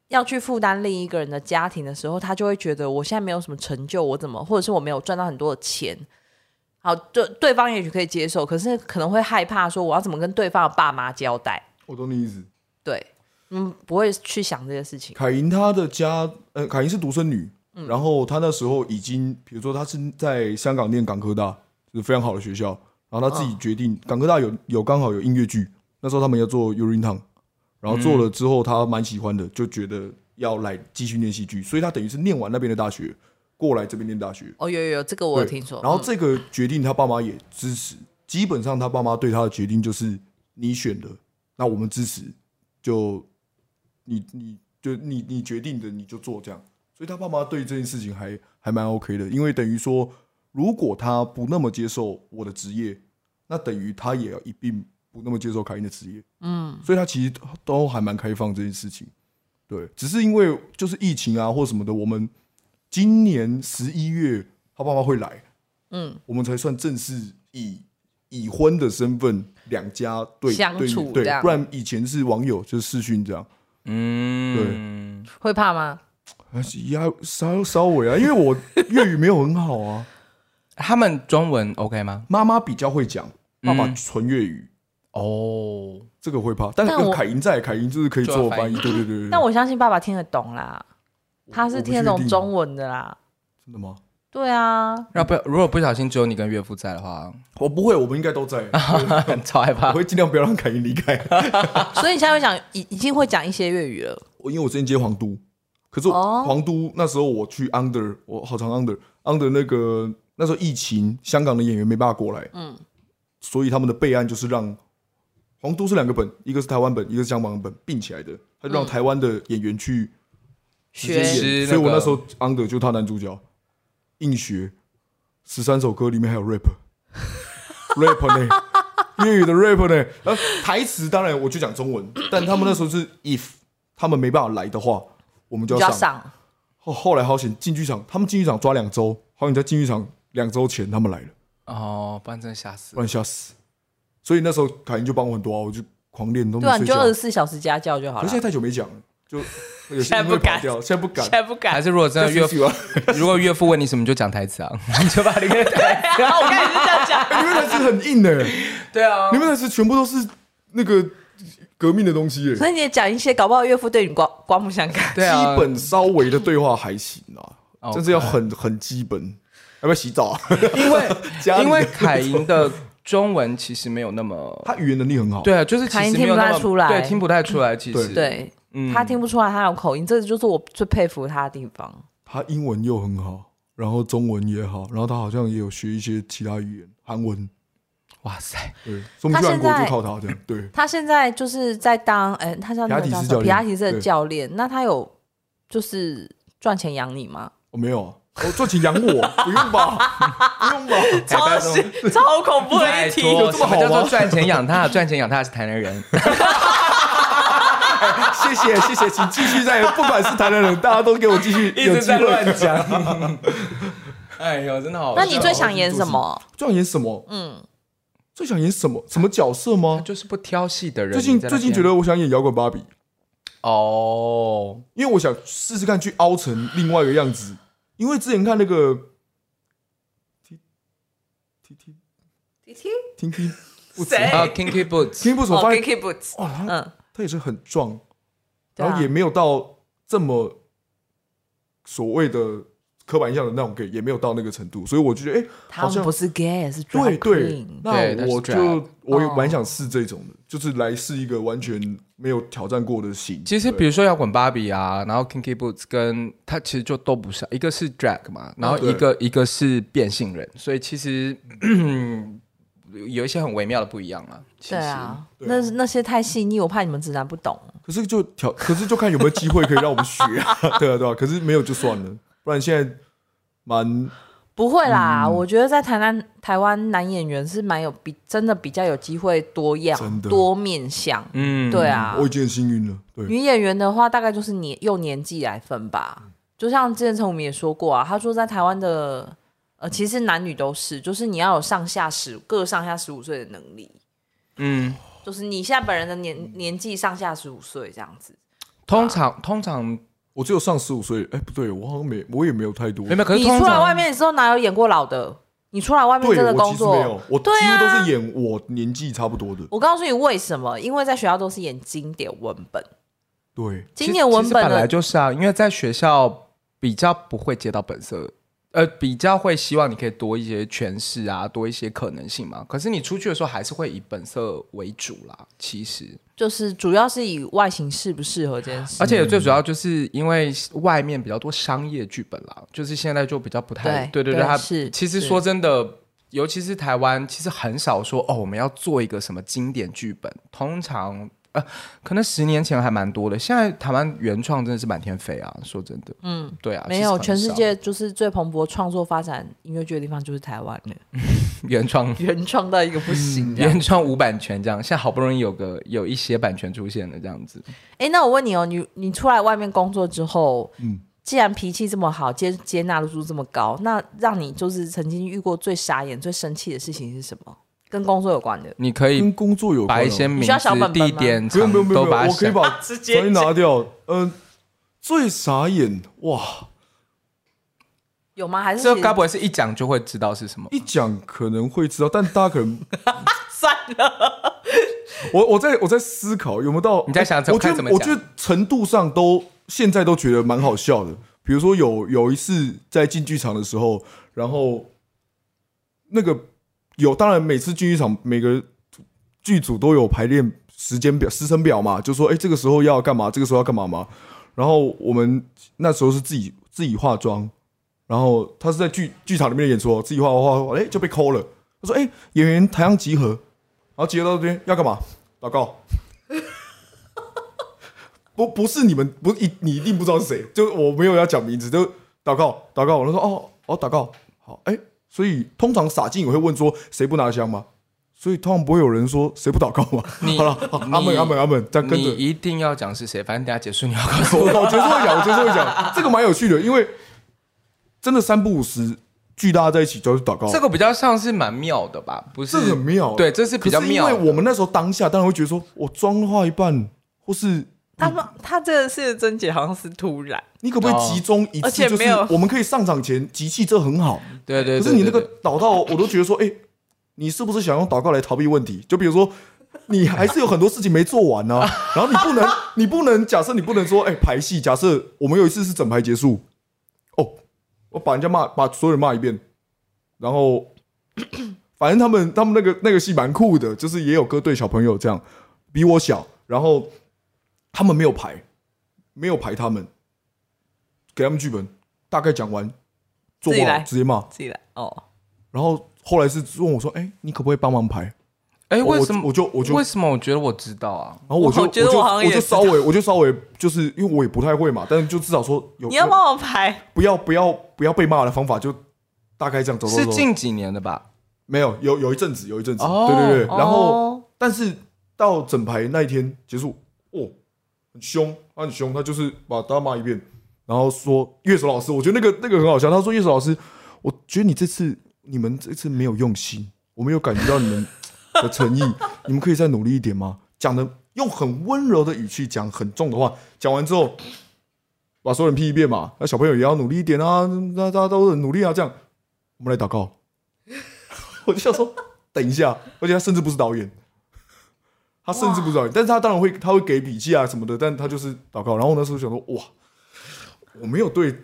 S2: 要去负担另一个人的家庭的时候，他就会觉得我现在没有什么成就，我怎么，或者是我没有赚到很多的钱。好，对对方也许可以接受，可是可能会害怕说我要怎么跟对方的爸妈交代。
S3: 我懂你意思，
S2: 对，嗯，不会去想这些事情。
S3: 凯莹她的家，呃，凯莹是独生女，然后她那时候已经，比如说她是在香港念港科大，就是非常好的学校，然后她自己决定，港科大有有刚好有音乐剧，那时候他们要做 Urine Town，然后做了之后她蛮喜欢的，就觉得要来继续念戏剧，所以她等于是念完那边的大学，过来这边念大学，
S2: 哦，有有有，这个我有
S3: 对
S2: 听说。
S3: 然后
S2: 嗯
S3: 这个决定他爸妈也支持，基本上他爸妈对他的决定就是你选的，那我们支持，就你你就你你决定的你就做这样。所以他爸妈对这件事情还还蛮 OK 的，因为等于说，如果他不那么接受我的职业，那等于他也要一并不那么接受凯因的职业。嗯，所以他其实都还蛮开放这件事情。对，只是因为就是疫情啊或什么的，我们今年十一月他爸妈会来，
S2: 嗯，
S3: 我们才算正式以已婚的身份两家对
S2: 相
S3: 对
S2: 处这
S3: 对，
S2: 样
S3: 不然以前是网友就是视讯这样，
S1: 嗯，
S2: 会怕吗？
S3: 啊呀稍稍微啊，因为我粤语没有很好啊，
S1: 他们中文 OK 吗？
S3: 妈妈比较会讲，爸爸
S1: 嗯
S3: 纯粤语。
S1: 哦，
S3: 这个会怕，但是
S2: 但我
S3: 凯莹在，凯莹就是可以做翻译，对对对对。
S2: 但我相信爸爸听得懂啦，他是听得
S3: 嗯我不
S2: 懂
S3: 确定
S2: 中文的啦。
S3: 真的吗？
S2: 对啊，
S1: 要不如果不小心只有你跟岳父在的 话，
S3: 我不会，我们应该都在，
S1: 超害
S3: 我
S1: 怕。
S3: 会尽量不要让凯莹离开。
S2: 所以你现在会讲已已经会讲一些粤语了。
S3: 我因为我之前接皇都，可是我
S2: 哦
S3: 皇都那时候我去 under，我好长 under under 那个那时候疫情，香港的演员没办法过来，嗯，所以他们的备案就是让皇都是两个本，一个是台湾本，一个是香港本并起来的，他就让台湾的演员去直接
S2: 学
S1: 是
S3: 演，所以我
S1: 那个
S3: 那时候 under 就他男主角，硬学十三首歌里面还有 rap，rap 呢。粤语的 rap 呢？然后台词当然我就讲中文，但他们那时候是 if 他们没办法来的话，我们就
S2: 比
S3: 要
S2: 较
S3: 上。
S2: 上
S3: 后后来好险进剧场，他们进剧场抓两周，好险在进剧场两周前他们来了，
S1: 哦，不然真的吓死
S3: 不。然吓死。所以那时候凯英就帮我很多啊，我就狂练都没
S2: 对啊，
S3: 睡
S2: 你就
S3: 觉。
S2: 二十
S3: 可
S2: 四小时家教就好
S3: 是
S2: 了。
S3: 现在
S2: 现
S3: 太久没讲了，就 有些
S2: 在
S3: 音会
S2: 不敢
S3: 跑掉，现在不敢。
S2: 在不敢
S1: 还。是如果 真的岳
S3: 对不起啊
S1: 父， 如果岳父问你什么，你就讲台词啊，你 就把你个台。
S2: 然 后我刚才也是这 样讲，
S3: 你们那是很硬的、
S1: 对啊
S3: 你，们那是全部都是那个革命的东西、欸，
S2: 所以你也讲一些，搞不好岳父对你刮刮目相看。
S1: 对啊，哦
S3: 基本稍微的对话还行啊，
S1: OK
S3: 但是要很很基本。要不要洗澡啊？
S1: 因为
S3: 家里的
S1: 因为凯莹的中文其实没有那么。
S3: 他语言能力很好，
S1: 对啊，就是其
S2: 凯莹
S1: 实
S2: 听
S1: 没有
S2: 不太
S1: 那么
S2: 出来
S1: 对，听不太出来。其实，
S2: 对，
S1: 嗯
S2: 他听不出来他有口音，这就是我最佩服他的地方。
S3: 他英文又很好，然后中文也好，然后他好像也有学一些其他语言，韩文。
S1: 哇塞，
S3: 对，所以我们去
S2: 他
S3: 韩
S2: 现
S3: 国
S2: 在
S3: 就靠他这样。对，
S2: 他现在就是在当，哎、他叫那个叫什么
S3: 皮
S2: 皮
S3: 拉
S2: 拉
S3: 提
S2: 提
S3: 斯教练
S2: 斯的教练。那他有就是赚钱养你吗？
S3: 我、没有啊，我做请养我，不用吧，不用吧。
S2: 超超恐怖的
S1: 拜
S2: 一题，
S1: 托，
S3: 这
S1: 什么
S3: 么好
S1: 叫做
S3: 吗
S1: 赚钱养他？ 赚钱养他是台南人，
S3: 谢谢谢谢，请继续在，不管是台南人，大家都给我继续有机会。
S1: 讲。哎呦，真的好笑。
S2: 那你最想演什么？
S3: 最想演什么？
S2: 嗯，
S3: 最想演什么？什么角色吗？
S1: 就是不挑戏的人。
S3: 最近
S1: 你在那
S3: 最
S1: 边
S3: 近觉得我想演摇滚芭比，
S1: 哦，
S3: 因为我想试试看去凹成另外一个样子。因为之前看那个 T T T
S2: 弟弟
S3: T T，不止
S2: 谁
S1: 还有哦 Kinky Boots，
S3: 听不
S2: 哦
S3: 我发现
S2: ，Kiki Boots，
S3: 哇，他
S2: 嗯，
S3: 他也是很壮，
S2: 对啊
S3: 然后也没有到这么所谓的刻板印象的那种 gay，也没有到那个程度，所以我就觉得，哎、
S2: 他
S3: 好
S2: 们
S3: 像
S2: 不是 gay，是 drag
S3: 对对
S2: queen，
S1: 对
S3: 那
S1: 他是
S3: 我
S1: drag
S3: 就我也
S2: 哦
S3: 蛮想试这种的，就是来试一个完全没有挑战过的型。
S1: 其实
S3: 对
S1: 比如说摇滚芭比啊，然后 Kinky Boots 跟他其实就都不是，一个是 drag 嘛，然后
S3: 啊对
S1: 一个一个是变性人，所以其实 嗯有一些很微妙的不一样啊。其
S2: 对
S1: 实，
S2: 啊，
S3: 对
S2: 那那些太细腻，我怕你们直男不懂。
S3: 可是就挑，可是就看有没有机会可以让我们学啊， 对啊对啊，可是没有就算了，不然现在蛮
S2: 不会啦，
S3: 嗯
S2: 我觉得在台南台湾男演员是蛮有比真的比较有机会多样
S3: 真的
S2: 多面向，
S1: 嗯
S2: 对，啊
S3: 我。已经很幸运了，对，
S2: 女演员的话，大概就是年用年纪来分吧。就像之前陈武明也说过啊，他说在台湾的呃，其实男女都是，就是你要有上下十各上下十五岁的能力，
S1: 嗯，
S2: 就是你现在本人的年年纪上下十五岁这样子。
S1: 通常通常
S3: 我只有上十五岁，哎、不对，我好像没，我也没有太多，
S1: 没有，可是
S2: 你
S1: 通
S2: 出来外
S1: 常
S2: 面的时候哪有演过老的？你出来外面
S3: 对
S2: 真的
S3: 我
S2: 工
S3: 其实没
S2: 作
S3: 有，，我几
S2: 对
S3: 乎都
S2: 啊
S3: 是演我年纪差不多的。
S2: 我告诉你为什么？因为在学校都是演经典文本，
S3: 对，
S2: 今年文
S1: 其实
S2: 本
S1: 本来
S2: 的
S1: 就是啊，因为在学校比较不会接到本色，呃，比较会希望你可以多一些诠释啊，多一些可能性嘛。可是你出去的时候还是会以本色为主啦，其实。
S2: 就是主要是以外形适不适合这件事。
S1: 而且最主要就是因为外面比较多商业剧本啦，就是现在就比较不太
S2: 对
S1: 对
S2: 对
S1: 它
S2: 是
S1: 其实
S2: 是
S1: 说真的，尤其是台湾，其实很少说哦，我们要做一个什么经典剧本，通常。呃，可能十年前还蛮多的，现在台湾原创真的是满天飞啊！说真的，嗯，对啊，
S2: 没有，
S1: 其实
S2: 全
S1: 很
S2: 世
S1: 少
S2: 界就是最蓬勃创作发展音乐剧的地方就是台湾了，
S1: 原创
S2: 原创到一个不行这样。
S1: 原创无版权这样，现在好不容易有个有一些版权出现了这样子，
S2: 哎、那我问你哦，你你出来外面工作之后，
S3: 嗯
S2: 既然脾气这么好，接接纳度这么高，那让你就是曾经遇过最傻眼、最生气的事情是什么？跟工作有关的，
S1: 你可以
S3: 跟工作有关
S1: 把
S3: 啊。
S1: 一些名
S2: 你需要小本
S1: 字、
S2: 本吗
S1: 地点、
S3: 不用
S1: 场
S3: 不用不用
S1: 都
S3: 不用，
S1: 把它
S3: 我可以
S1: 想
S3: 把
S2: 直
S3: 东西拿掉。嗯、最傻眼哇！
S2: 有吗？还是
S1: 这
S2: 其实
S1: 该不会是一讲就会知道是什么？
S3: 一讲可能会知道，但大 家可能
S2: 算了？
S3: 我我在我在思考有没有到哎
S1: 你在想怎
S3: 我
S1: 么
S3: 觉
S1: 看怎么
S3: 得
S1: 讲
S3: 我觉得程度上都现在都觉得蛮好笑的。比如说有有一次在进剧场的时候，然后那个有当然每次进剧场每个剧组都有排练时间表、时程表嘛，就说哎、诶这个时候要干嘛，这个时候要干嘛嘛。然后我们那时候是自己自己化妆，然后他是在剧剧场里面的演出哦，自己画画画画，哎、就被抠了。他说哎、诶演员台上集合，然后集合到这边要干嘛？祷告。 不不是你们不一你一定不知道是谁，就我没有要讲名字，就祷告祷告。我就说哦哦祷告好哎、诶所以通常洒进我会问说谁不拿香吗？所以通常不会有人说谁不祷告吗？
S1: 你
S3: 好了，好
S1: 你
S3: 阿门阿门阿门，这样跟
S1: 你
S3: 着。
S1: 一定要讲是谁，反正等下结束你要告诉
S3: 我
S1: 我。
S3: 我结束会讲，我结束会讲，这个蛮有趣的，因为真的三不五时聚大家在一起就是祷告，
S1: 这个比较像是蛮妙的吧，不是
S3: 哦这很妙，
S1: 对，这是比较
S3: 可是
S1: 妙的。
S3: 因为我们那时候当下当然会觉得说，我妆化一半，或是
S2: 他们他这次的症结好像是突然，
S3: 你可不可以集中一
S2: 而且
S3: 次，就是
S2: 没有
S3: 我们可以上场前集气，这很好。
S1: 对对对，
S3: 可是你那个
S1: 对对
S3: 祷告，我都觉得说，哎，你是不是想用祷告来逃避问题？就比如说。你还是有很多事情没做 完呢、然后你不能，你不能假设你不能说，哎、排戏，假设我们有一次是整排结束，哦，我把人家骂，把所有人骂一遍，然后 反正他们他们那个那个戏蛮酷的，就是也有歌队小朋友这样，比我小，然后他们没有排，没有排他们，给他们剧本，大概讲完，做不
S2: 自己
S3: 好
S2: 来
S3: 直接骂，
S2: 自己来哦，
S3: 然后后来是问我说，哎、你可不可以帮忙排？
S1: 哎，
S3: 我
S1: 为什么
S3: 我就我就
S1: 为什么我觉得我知道啊？
S3: 然后我就
S2: 我觉得
S3: 就
S2: 我好像
S3: 我
S2: 也
S3: 就稍微我就稍微就是因为我也不太会嘛，但是就至少说有
S2: 你要
S3: 有
S2: 帮我排，
S3: 不要不要不要被骂的方法，就大概这样走走
S1: 是
S3: 走。
S1: 近几年的吧？没
S3: 没有有有一阵子有一阵子，
S1: 哦
S3: 对对对。然后、
S2: 哦
S3: 但是到整排那一天结束，哦，很凶，他很凶，他就是把大家骂一遍，然后说乐手老师，我觉得那个那个很好笑，他说乐手老师，我觉得你这次你们这次没有用心，我没有感觉到你们的诚意，你们可以再努力一点吗？讲的用很温柔的语气讲很重的话，讲完之后把所有人批一遍嘛，那小朋友也要努力一点啊，那大家都很努力啊，这样我们来祷告。我就想说，等一下，而且他甚至不是导演，他甚至不是导演，但是他当然会，他会给笔记啊什么的，但他就是祷告。然后我那时候想说，哇，我没有对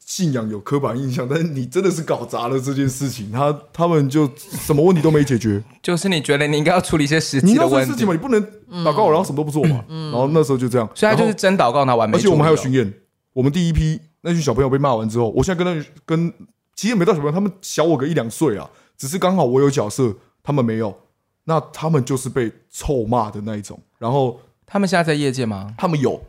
S3: 信仰有刻板印象，但是你真的是搞砸了这件事情。他他们就什么问题都没 解决，
S1: 就是你觉得你应该要处理一些实
S3: 你
S1: 际的
S3: 要做
S1: 问
S3: 事
S1: 题
S3: 情嘛，，你不能祷告，然后什么都不做嘛。然后那时候就这样，
S1: 嗯所以他就是
S3: 然后
S1: 真祷告拿完美
S3: 而
S1: 处
S3: 且
S1: 理哦，
S3: 我们还有巡演，我们第一批那群小朋友被骂完之后，我现在跟那群跟其实也没到小朋友，他们小我个一两岁啊，只是刚好我有角色，他们没有，那他们就是被臭骂的那一种。然后
S1: 他们现在在业界吗？
S3: 他们有，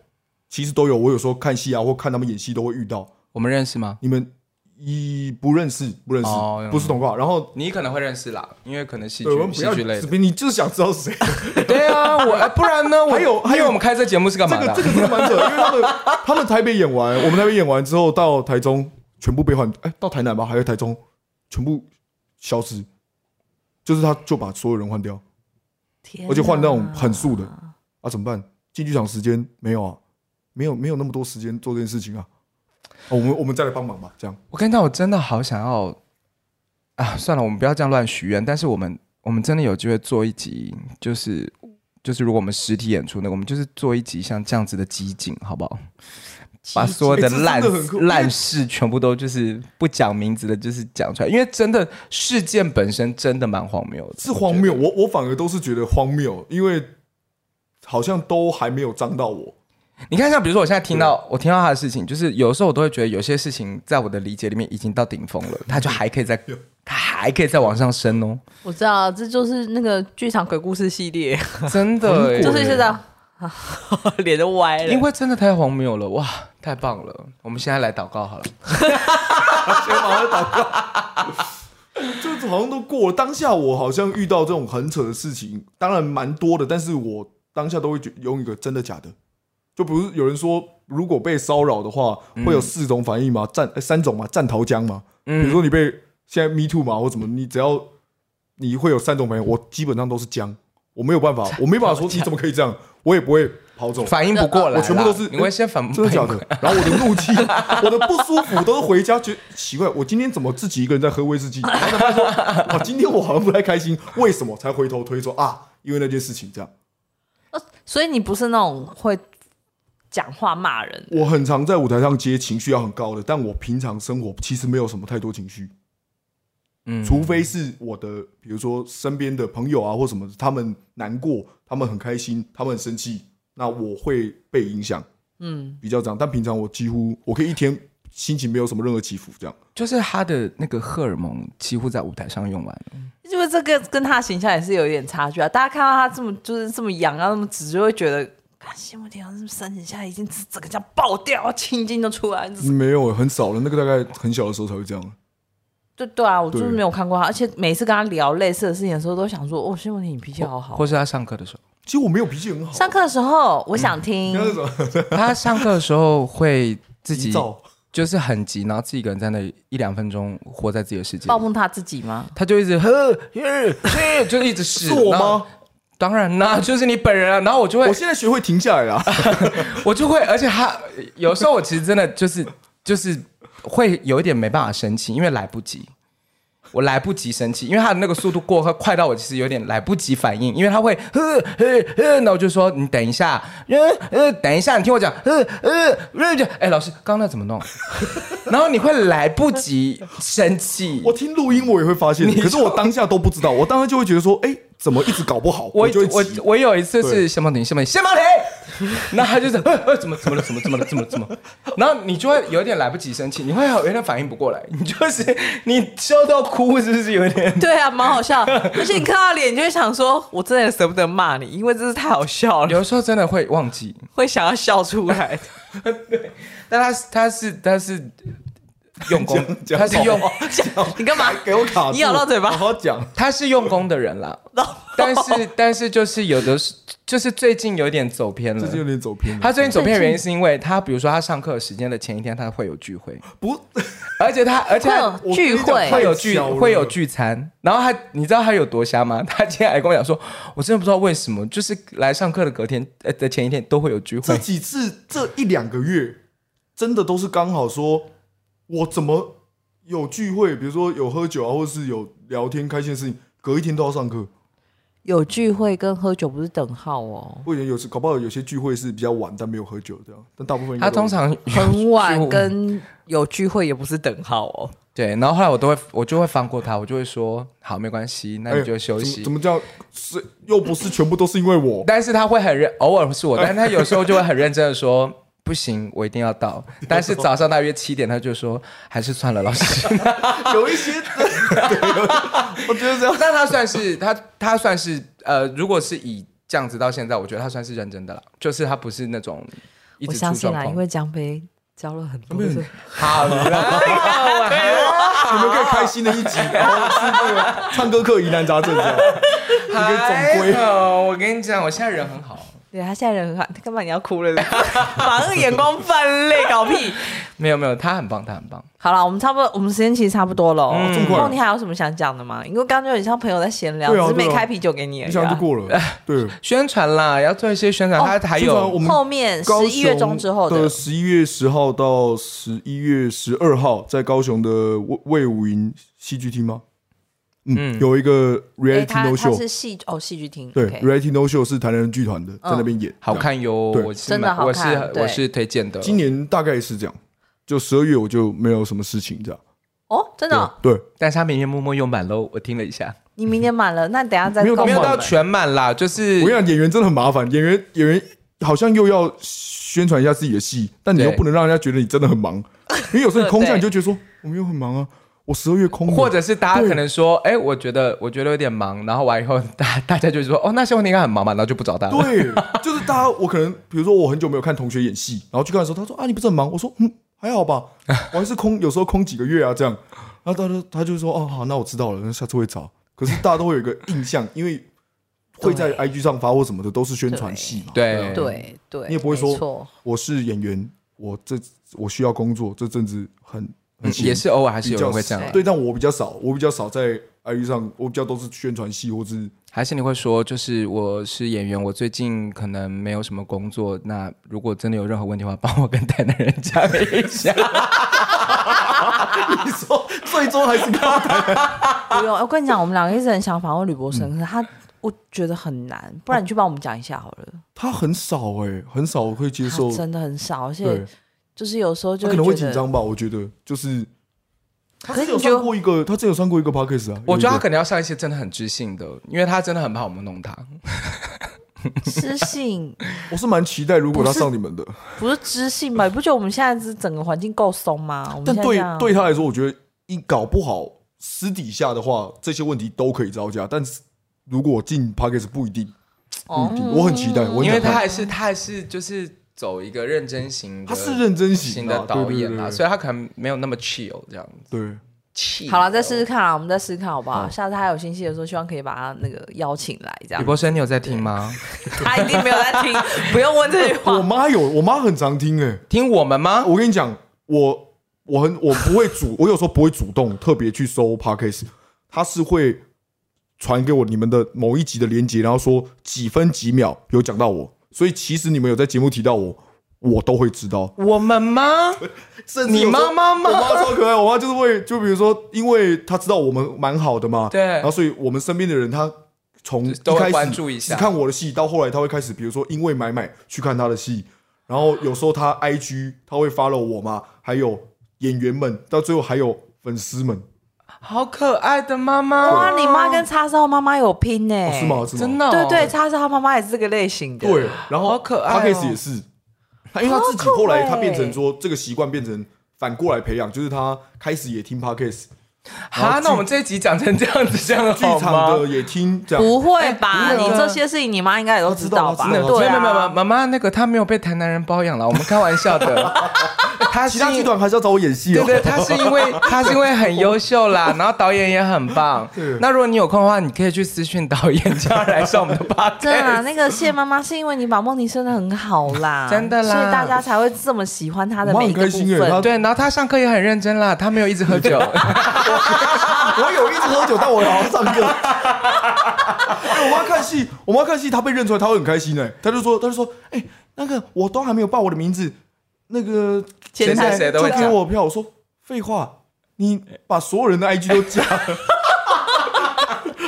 S3: 其实都有，我有时候看戏啊，或看他们演戏都会遇到。
S1: 我们认识吗？
S3: 你们一不认识，不认识，
S1: 哦
S3: 不是同化。然后
S1: 你可能会认识啦，因为可能戏
S3: 对，我们
S1: 剧
S3: 不
S1: 戏
S3: 要
S1: 剧类的。，
S3: 你就是想知道是谁。
S1: 对啊，我哎不然呢？我
S3: 还有还有
S1: 因为我们开这节目是干
S3: 这
S1: 嘛
S3: 个
S1: 的
S3: 这？个真的蛮扯，因为 他们他们台北演完，我们台北演完之后到台中全部被换，哎、到台南吧，还有台中全部消失，就是他就把所有人换掉
S2: 天
S3: 而且换那种
S2: 哪
S3: 很素的啊，怎么办？进剧场时间没有啊，没有没有那么多时间做这件事情啊，哦、我们我们再来帮忙吧，这样
S1: 我跟你讲，我真的好想要啊！算了，我们不要这样乱许愿。但是我们我们真的有机会做一集，就是就是如果我们实体演出那个，我们就是做一集像这样子的集锦，好不好？把所有的烂
S3: 哎这真的很酷
S1: 烂事全部都就是不讲名字的，就是讲出来，因为真的事件本身真的蛮荒谬的，
S3: 是荒
S1: 我觉
S3: 谬，我我反而都是觉得荒谬，因为好像都还没有脏到我。
S1: 得。你看，像比如说我现在听到我听到他的事情，就是有时候我都会觉得有些事情在我的理解里面已经到顶峰了，他就还可以再他还可以再往上升 哦，
S2: 我知道，这就是那个剧场鬼故事系列，
S1: 真的欸耶，
S3: 对
S2: 就是现在 脸都歪了，
S1: 因为真的太荒谬了，哇，太棒了！我们现在来祷告好了。
S3: 先马上祷告。这好像都过了。当下我好像遇到这种很扯的事情，当然蛮多的，但是我当下都会觉用一个真的假的，就不是有人说，如果被骚扰的话，
S1: 嗯
S3: 会有四种反应吗？战、呃三种嘛，战逃僵嘛。比如说你被现在 Me Too 嘛，或怎么，你只要你会有三种反应，我基本上都是僵，我没有办法，我没办法说你怎么可以这样，我也不会跑走。
S1: 反应不过来啦，
S3: 我全部都是
S1: 你会先反
S3: 真的假的？然后我的怒气， 我的不舒服都是回家觉得奇怪，我今天怎么自己一个人在喝威士忌？然后他说，哦，今天我好像不太开心，为什么？才回头推说啊，因为那件事情这样。
S2: 所以你不是那种会讲话骂人的，
S3: 我很常在舞台上接情绪要很高的，但我平常生活其实没有什么太多情绪，
S1: 嗯
S3: 除非是我的，比如说身边的朋友啊或什么，他们难过，他们很开心，他们很生气，那我会被影响，
S2: 嗯，
S3: 比较这样。但平常我几乎我可以一天心情没有什么任何起伏，这样。
S1: 就是他的那个荷尔蒙几乎在舞台上用完了。
S2: 因为这个跟他的形象也是有一点差距啊。大家看到他这么就是这么阳啊，那么直，就会觉得。看羡慕天啊，是不是三井下已经整个这样爆掉，青筋都出来，
S3: 没有，很少了。那个大概很小的时候才会这样。
S2: 对对啊，我就是
S3: 对
S2: 没有看过他，而且每次跟他聊类似的事情的时候，都想说，哦，谢文婷你脾气好好。
S1: 或是他上课的时候，
S3: 其实我没有脾气很好。啊
S2: 上课的时候，我想
S3: 你
S2: 听，
S3: 看那种
S1: 他上课的时候会自己
S3: 躁，
S1: 就是很急，然后自己一个人在那里一两分钟，活在自己的世界
S2: 报
S1: 里。
S2: 梦他自己吗？
S1: 他就一直呵呵呵，就是一直是
S3: 是我？
S1: 然后
S3: 吗？
S1: 当然啦，就是你本人啊。然后我就会
S3: 我，现在学会停下来啊了。
S1: 我就会，而且他有时候我其实真的就是就是会有一点没办法生气，因为来不及，我来不及生气，因为他的那个速度过快快到我其实有点来不及反应，因为他会呵呵呵，那我就说你等一下，呃呃，等一下，你听我讲，呃呃呃，就哎老师刚刚那怎么弄？ 然后你会来不及生气，
S3: 我听录音我也会发现
S1: 你，就
S3: 可是我当下都不知道。我当时就会觉得说，哎，怎么一直搞不好？
S1: 我
S3: 就
S1: 我
S3: 会急。
S1: 我有一次是
S3: 对
S1: 谢梦婷，谢梦婷，谢梦婷， 那他就是呃呃 怎么怎么了怎么怎么了 怎么怎么，然后你就会有点来不及生气，你会有点反应不过来，你就是 你笑到哭是不是有 点？
S2: 对啊，蛮好笑。而且你看他脸，你就会想说，我真的舍不得骂你，因为真是太好笑了，
S1: 有时候真的会忘记，
S2: 会想要笑出来。
S1: 但他是他是他是用功，
S3: 讲讲
S1: 他是用
S2: 你干嘛？
S3: 哎给我卡住，
S2: 你咬到嘴巴
S3: 好好讲。
S1: 他是用功的人 啦，但是但是就是有的是就是最近有点走偏
S3: 这
S1: 了
S3: 就。有点走偏了。
S1: 他最近走偏的原因是因为他，比如说他上课时间的前一天，他会有聚会，
S3: 不，
S1: 而且他而且他
S2: 会有
S3: 我
S2: 聚
S3: 跟你讲
S2: 会
S1: 会有
S3: 太
S1: 聚
S3: 小了
S1: 会有聚餐，然后他你知道他有多瞎吗？ 他今天还跟我讲说，我真的不知道为什么，就是来上课的隔天呃的前一天都会有聚
S3: 这
S1: 会，
S3: 几次这一两个月，真的都是刚好说，我怎么有聚会，比如说有喝酒啊，或者是有聊天开心的事情，隔一天都要上课。
S2: 有聚会跟喝酒不是等号哦，
S3: 或者有时搞不好有些聚会是比较晚，但没有喝酒这样，但大部分应该
S1: 他
S3: 都
S1: 通常
S2: 很晚
S1: 有
S2: 跟有聚会也不是等号哦。
S1: 对，然后后来我都会我就会放过他，我就会说好没关系，那
S3: 哎
S1: 你就休息。
S3: 怎么怎么这样？是又不是全部都是因为我，
S1: 但是他会很认，偶尔是我，但是他有时候就会很认真的说。 不行，我一定要到。但是早上大约七点，他就说还是算了，老师。
S3: 有一些，对我觉得这样
S1: 但哦他算是他他算是呃，如果是以这样子到现在，我觉得他算是认真的了，就是他不是那种一
S2: 我
S1: 直
S2: 相
S1: 出
S2: 信
S1: 状
S2: 啦，因
S1: 况。
S2: 为江杯交了很多的，
S1: 好啦，
S3: 你们可以开心的一集， 然后是那个唱歌课疑难杂症这样， 你可以总
S1: 还
S3: 归。
S1: 好，我跟你讲，我现在人很好，
S2: 对他现在人很好，他干嘛你要哭 了？马上眼光泛泪，搞 屁！
S1: 没有没有，他很棒，他很棒。
S2: 好了，我们差不多，我们时间其实差不多了哦。
S1: 嗯
S3: 这么快
S2: 后你还有什么想讲的吗？因为刚刚就很像朋友在闲聊，
S3: 对啊
S2: 只是没
S3: 对啊
S2: 开啤酒给你而
S3: 一
S2: 已、
S3: 下就
S2: 啊。
S3: 过了，对。
S1: 宣传啦，要做一些宣传，他还
S3: 哦宣传
S1: 有
S3: 我们
S2: 后面
S3: 高
S2: 十一月中之后的
S3: 的，十一月十号到十一月十二号，在高雄的魏魏武营戏剧厅吗？嗯，有一个
S2: 哎，
S3: reality
S2: 他
S3: no
S2: 他
S3: show，
S2: 是戏哦戏剧厅，
S3: 对
S2: OK
S3: ，reality no show 是台南人剧团的，在那边演，
S1: 嗯好
S3: 这样。
S1: 看哟，
S3: 对
S1: 我是
S2: 真的
S1: 蛮
S2: 好
S1: 我
S2: 看
S1: 是
S2: 对
S1: 我是推荐的。
S3: 今年大概是这样，就十二月我就没有什么事情这样。
S2: 哦，真的哦，
S3: 对，
S1: 但是他明天默默用满喽，我听了一下，
S2: 你明年满了，那你等一下再
S3: 没有
S2: 告
S1: 没
S2: 诉
S1: 有
S2: 我
S1: 到
S2: 们。
S1: 全满啦，就是
S3: 哦我跟你讲，演员真的很麻烦，演员演员好像又要宣传一下自己的戏，但你又
S1: 对
S3: 不能让人家觉得你真的很忙，因为有时候你空下
S2: 对
S3: 你就觉得说我没有很忙啊，我十二月空了，
S1: 或者是大家可能说，哎、我觉得我觉得有点忙，然后完以后大大家就说，哦，那谢文婷应该很忙吧，然后就不找他了。
S3: 对，就是大家我可能比如说我很久没有看同学演戏，然后去看的时候，他说啊你不是很忙？我说嗯还 好吧，我还是空有时候空几个月啊这样，然后他就他就说哦好那我知道了，那下次会找。可是大家都会有一个印象，因为会在 IG 上发或什么的都是宣传戏嘛，
S1: 对
S3: 啊
S2: 对对，
S3: 你也不会说
S2: 没错
S3: 我是演员，我这我需要工作，这阵子很很
S1: 嗯
S3: 闲
S1: 也是偶尔还是
S3: 比
S1: 有
S3: 较
S1: 人会这样啦，啊
S3: 对，但我比较少，我比较少在 IG 上，我比较都是宣传戏或是
S1: 还是你会说，就是我是演员，我最近可能没有什么工作，那如果真的有任何问题的话，帮我跟台南人 讲一下。
S3: 你说最终还是他
S2: 不用。我跟 你讲，我们两个一直很想访问吕博
S3: 嗯
S2: 生，可是他我觉得很难，不然你去帮我们讲一下好 了。
S3: 他很少哎、很少会接受
S2: 他，真的很少，而
S3: 对
S2: 且，就是有时候就
S3: 他可能会
S2: 觉
S3: 紧
S2: 得
S3: 张吧，我觉得就是。他
S2: 可
S3: 之
S2: 是
S3: 前有
S2: 你觉得
S3: 上过一个，他之前有上过一个 podcast 啊，
S1: 我觉得他
S3: 有一个
S1: 可能要上一些真的很知性的，因为他真的很怕我们弄他。
S2: 知性，
S3: 我是蛮期待，如果他上你们的，
S2: 不是知性吧？你不觉得我们现在是整个环境够松吗？我们
S3: 但
S2: 现在
S3: 对
S2: 这样
S3: 对他来说，我觉得一搞不好私底下的话，这些问题都可以招架，但是如果进 podcast 不一定，不
S2: 哦
S3: 一定，我很期待，我很
S1: 因为
S3: 想
S1: 他
S3: 看
S1: 还是他还是就是走一个认真型的，
S3: 他是认真型
S1: 型
S3: 的
S1: 的
S3: 啊
S1: 导演啊，
S3: 对对对对
S1: 所以他可能没有那么 chill 这样子。
S3: 对，
S1: 气
S2: 好了，再试试看啊，我们再试试看好不好？下次他有新戏的时候，希望可以把他那个邀请来，这样
S1: 李博生，你有在听吗？
S2: 他一定没有在听，不用问这句
S3: 我
S2: 话。
S3: 妈有，我妈很常听哎、
S1: 听我们吗？
S3: 我跟你讲，我我很我不会主，我有时候不会主动特别去搜 podcast，他是会传给我你们的某一集的连接，然后说几分几秒有讲到我，所以其实你们有在节目提到我，我都会知道。
S1: 我们吗？
S3: 甚
S1: 你妈妈吗
S3: 我妈超可爱，我妈就是会，就比如说，因为她知道我们蛮好的嘛，
S1: 对
S3: 然后所以我们身边的人，她从一
S1: 都会
S3: 开始
S1: 关注一下
S3: 只看我的戏，到后来她会开始，比如说因为买买去看她的戏，然后有时候她 IG 她会 follow 我嘛，还有演员们，到最后还有粉丝们，
S1: 好可爱的妈妈
S2: 哇，啊你妈跟叉烧妈妈有拼呢、
S3: 哦是吗？？是吗？
S1: 真的、哦、
S2: 对对，叉烧妈妈也是这个类型的。
S3: 对，然后
S1: 好可爱哦
S3: Podcast 也是，他因为他自己
S2: 好酷
S3: 后来
S2: 欸
S3: 他变成说这个习惯变成反过来培养，就是他开始也听 Podcast，
S1: 哈，那我们这一集讲成这样子，这 样
S3: 剧
S1: 好
S3: 场
S1: 吗
S3: 的？啊也听，这样
S2: 不会吧？
S1: 哎不会啊
S2: 你这些事情你妈应该也都知道吧？
S3: 她知道她知道
S2: 对
S1: 没
S2: 啊，
S1: 有没有没有，妈妈那个她没有被台南人包养了，我们开玩笑的。 她
S3: 其
S1: 是
S3: 他剧团还是要找我演戏
S1: 对
S3: 哦。
S1: 对，她是因 为她是因为很优秀啦，然后导演也很棒。那如果你有空的话，你可以去私讯导演，这样来上我们的 podcast。
S2: 真的啊、那个谢妈妈是因为你把梦妮生的很好啦，
S1: 真的啦
S2: 所以大家才会这么喜欢她的每一个
S3: 我妈很开
S2: 部
S3: 心欸
S2: 分。
S3: 她
S1: 对，然后她上课也很认真啦，她没有一直喝 酒。
S3: 我有一直喝酒，但我有好好上课。 哎我妈看戏，我妈看戏，她被认出来，她会很开心哎、她就说，她就说，哎、那个我都还没有报我的名字，那个
S2: 前台
S1: 谁都
S3: 就
S1: 会
S3: 给
S1: 讲
S3: 我票。我说废话，你把所有人的 IG 都加了。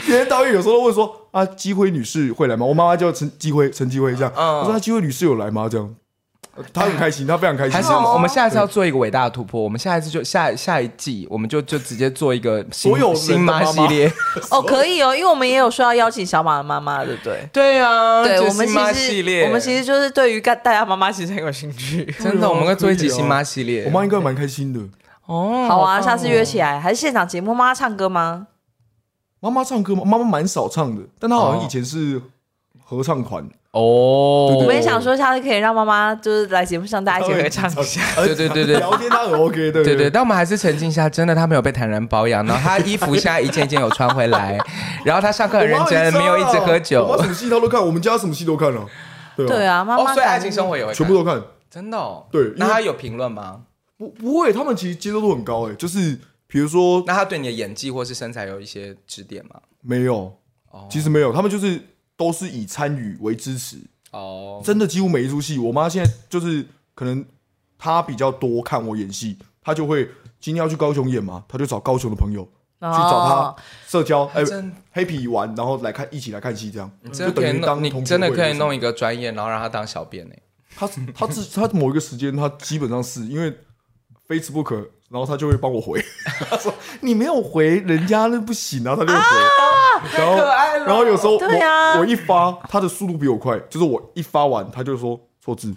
S3: 连导演有时候都问说啊，基辉女士会来吗？我妈妈叫陈基辉，陈基辉这样。
S1: 嗯
S3: 我说那基辉女士有来吗？这样，她很开心，她非常开心。
S1: 还是
S2: 哦
S1: 我们下一次要做一个伟大的突破，我们下一次就下下一季，我们就就直接做一个新
S3: 所有人的
S1: 新妈
S3: 妈妈
S1: 系 列。
S2: 哦，可以哦，因为我们也有说要邀请小马的妈妈，对不对？
S1: 对啊，
S2: 对，
S1: 就
S2: 我们
S1: 新妈系
S2: 其
S1: 列，
S2: 实我们其实就是对于大大家妈妈其实很有兴趣。
S1: 真的，我们会做一集
S3: 哦
S1: 新妈系列。
S3: 我妈应该蛮开心的。
S1: 哦，
S2: 好
S1: 棒
S2: 啊，
S1: 哦
S2: 下次约起来，还是现场节目？妈妈唱歌吗？
S3: 妈妈唱歌吗？妈妈蛮少唱的，但她好像以前是合唱团，
S1: 哦。
S2: 我们也想说，下次可以让妈妈就是来节目上大家一起合唱一下。
S1: 对对对对
S3: 聊天她很 OK 的。
S1: 对对，但我们还是澄清一下，真的他没有被坦然包养，然后他衣服现在一件一件有穿回来， 然后他上课
S3: 我
S1: 很
S3: 妈
S1: 认真，
S3: 很渣
S1: 没有一直喝
S3: 我
S1: 酒
S3: 妈。什么戏她都看，我们家什么戏都看了。对
S2: 对
S3: 啊，
S2: 啊，妈
S1: 哦，
S2: 妈
S1: 所以爱
S2: 感
S1: 情生活也会看
S3: 全部都看。
S1: 真的哦。
S3: 对因为
S1: 那他有评论吗？
S3: 不不会，他们其实接受度很高诶、就是比如说
S1: 那他对你的演技或是身材有一些指点吗？
S3: 没有，其实没有，他们就是都是以参与为支持，
S1: 哦，
S3: 真的几乎每一出戏，我妈现在就是可能她比较多看我演戏，她就会今天要去高雄演嘛，她就找高雄的朋友，
S2: 去
S3: 去找他社交，哎、
S1: 哦真嗯
S3: 黑皮玩，然后来看一起来看戏，这样
S1: 你真
S3: 就
S1: 的可
S3: 等
S1: 以
S3: 于当
S1: 弄，
S3: 同
S1: 你
S3: 学
S1: 真的
S3: 会
S1: 可
S3: 什
S1: 以
S3: 么
S1: 弄一个专业，然后让他当小便呢、
S3: 他他自他某一个时间，他基本上是因为 Facebook，然后他就会帮我回， 他说你没有回人家那不行啊，他就会回，然后
S1: 啊太可爱了
S3: 然后有时候我、
S2: 对啊
S3: 我一发，他的速度比我快，就是我一发完，他就说错字，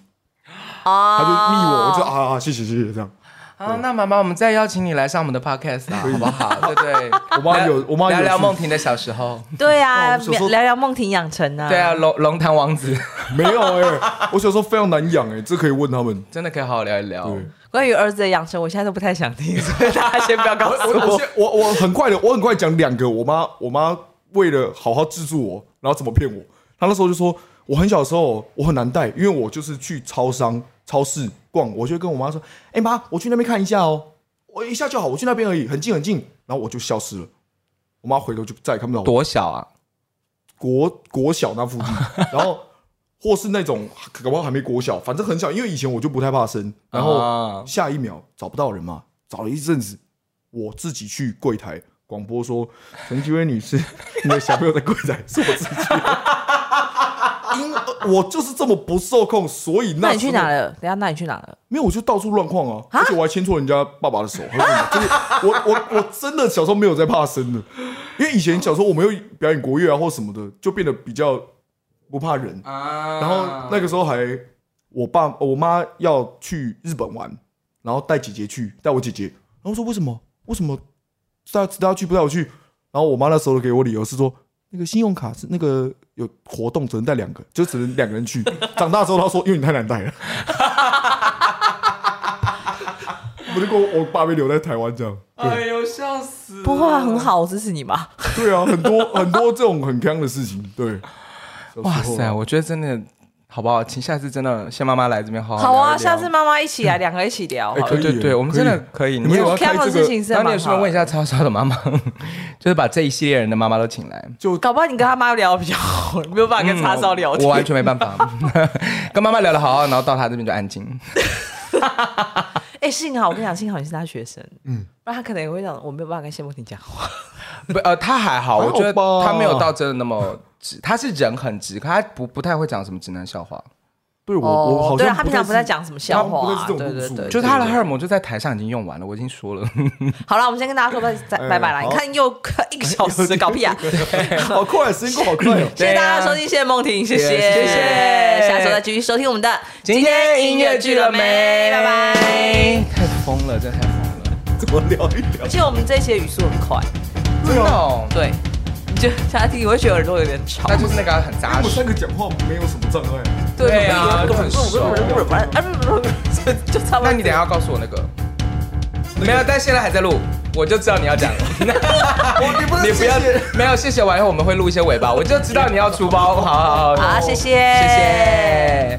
S2: 啊，
S3: 他就密我，我就啊啊谢谢谢谢这样，
S1: 好，啊那妈妈，我们再邀请你来上我们的 podcast 啊，好不好？对不对？我
S3: 妈有 我妈有
S1: 聊聊
S3: 去
S1: 梦婷 的小时候，
S2: 对啊，
S3: 我就说
S2: 聊聊梦婷养成啊，
S1: 对啊，，龙龙潭王子
S3: 没有哎、我小时候非常难养哎、这可以问他们，
S1: 真的可以好好聊一聊。
S3: 对。
S2: 关于儿子的养成，我现在都不太想听，所以大家先不要告诉
S3: 我 我
S2: 我。
S3: 呃先我我很快的，我很快讲两个。我妈我妈为了好好资助我，然后怎么骗我？她那时候就说，我很小的时候我很难带，因为我就是去超商、超市逛，我就跟我妈说：“哎、妈，我去那边看一下哦，我一下就好，我去那边而已，很近很近。”然后我就消失了。我妈回头就再也看不到我。
S1: 多小啊？
S3: 国国小那附近，然后或是那种搞不好还没国小，反正很小，因为以前我就不太怕生，然后。
S1: 啊
S3: 下一秒找不到人嘛，找了一阵子，我自己去柜台广播说：“陈菊薇女士， 你的小朋友在柜台，是我自己的。”因为我就是这么不受控，所以那
S2: 那你去
S3: 时候
S2: 哪了？等一下，那你去哪了？
S3: 没有，我就到处乱晃啊，而且我还牵错人家爸爸的手，还有什么就是我我我真的小时候没有在怕生的，因为以前小时候我没有表演国乐啊或什么的，就变得比较不怕人。
S1: 啊
S3: 然后那个时候还我爸我妈要去日本玩，然后带姐姐去，带我姐姐。然后说为什么？为什么大家大家去不带我去？然后我妈那时候给我理由是说，那个信用卡是那个有活动，只能带两个，就只能两个人去。长大之后她说，因为你太难带了。我就跟我我爸被留在台湾这样，
S2: 哎
S3: 对
S1: 呦，笑死了！
S2: 不会啊，很好，我支持你嘛。
S3: 对啊，很多很多这种很坑的事情，对。
S1: 哇
S3: 小时候啊
S1: 塞，我觉得真的好不好？请下次真的先妈妈来这边好
S2: 好
S1: 聊
S2: 啊，
S1: 一
S2: 下
S1: 聊
S2: 次妈妈一起来，两个一起聊好
S3: 哎
S2: 了。
S3: 可
S1: 对
S3: 以
S1: 对对，
S3: 耶
S1: 我们
S3: 可以
S1: 真的可以。你
S3: 你们有要
S2: 看
S3: 开
S2: 的
S3: 这
S2: 事
S3: 个
S2: 情是
S1: 然后
S2: 蛮
S1: 你也顺便
S2: 好
S1: 问一
S2: 的，
S1: 下超超的妈妈， 就是把这一系列人的妈妈都请来。
S2: 搞不好你跟他妈聊得比较好，你没有办 法跟叉烧聊
S1: 嗯我
S2: 天。
S1: 完全没办法， 跟妈妈聊得好好，然后到她这边就安静。
S2: 哎，幸好我跟你讲，幸好你是他学生，嗯，不然他可能也会讲我没有办法跟谢梦婷讲话。
S1: 不，呃，他还好，
S3: 还好
S1: 我觉得
S3: 吧
S1: 他没有到真的那么直，他是人很直，可他不不太会讲什么直男笑话，
S3: 对我我好
S2: 对啊，
S3: 像
S2: 他平常不
S3: 太
S2: 在
S3: 是
S2: 讲什么
S3: 他
S2: 笑话
S3: 不太
S2: 啊，
S3: 是这
S2: 对
S3: 种
S2: 对
S3: 路数
S2: 对，
S1: 就是
S2: 对
S1: 他的荷尔蒙就在台上已经用完了，我已经说了，
S2: 好了，我们先跟大家说拜再
S3: 哎
S2: 拜拜了。
S3: 好
S2: 你看又一个小时，搞屁啊！
S3: 好快， 时间过好快哦。
S2: 谢谢大家收听，谢谢梦婷，谢谢
S1: 对啊谢谢
S2: 下周再继续收听我们的拜拜。
S1: 太疯了，真的太疯了，
S3: 怎么聊一聊
S2: 而？且我们这一期的语速很快，
S1: 真的哦、
S2: 对，你就大家听，你会觉得耳朵有点吵
S1: 那。就是那个很
S3: 哎我
S1: 扎
S3: 们
S1: 实
S3: 三，个讲话没有什么障碍，
S1: 对啊就很熟
S2: 就差不多。
S1: 那你等一下要告诉我那个。没有，但现在还在录，我就知道你要讲了。
S3: 你不
S1: 你不要没有谢谢完以后我们会录一些尾巴，我就知道你要出包。好好好，
S2: 好，谢谢，
S1: 谢谢。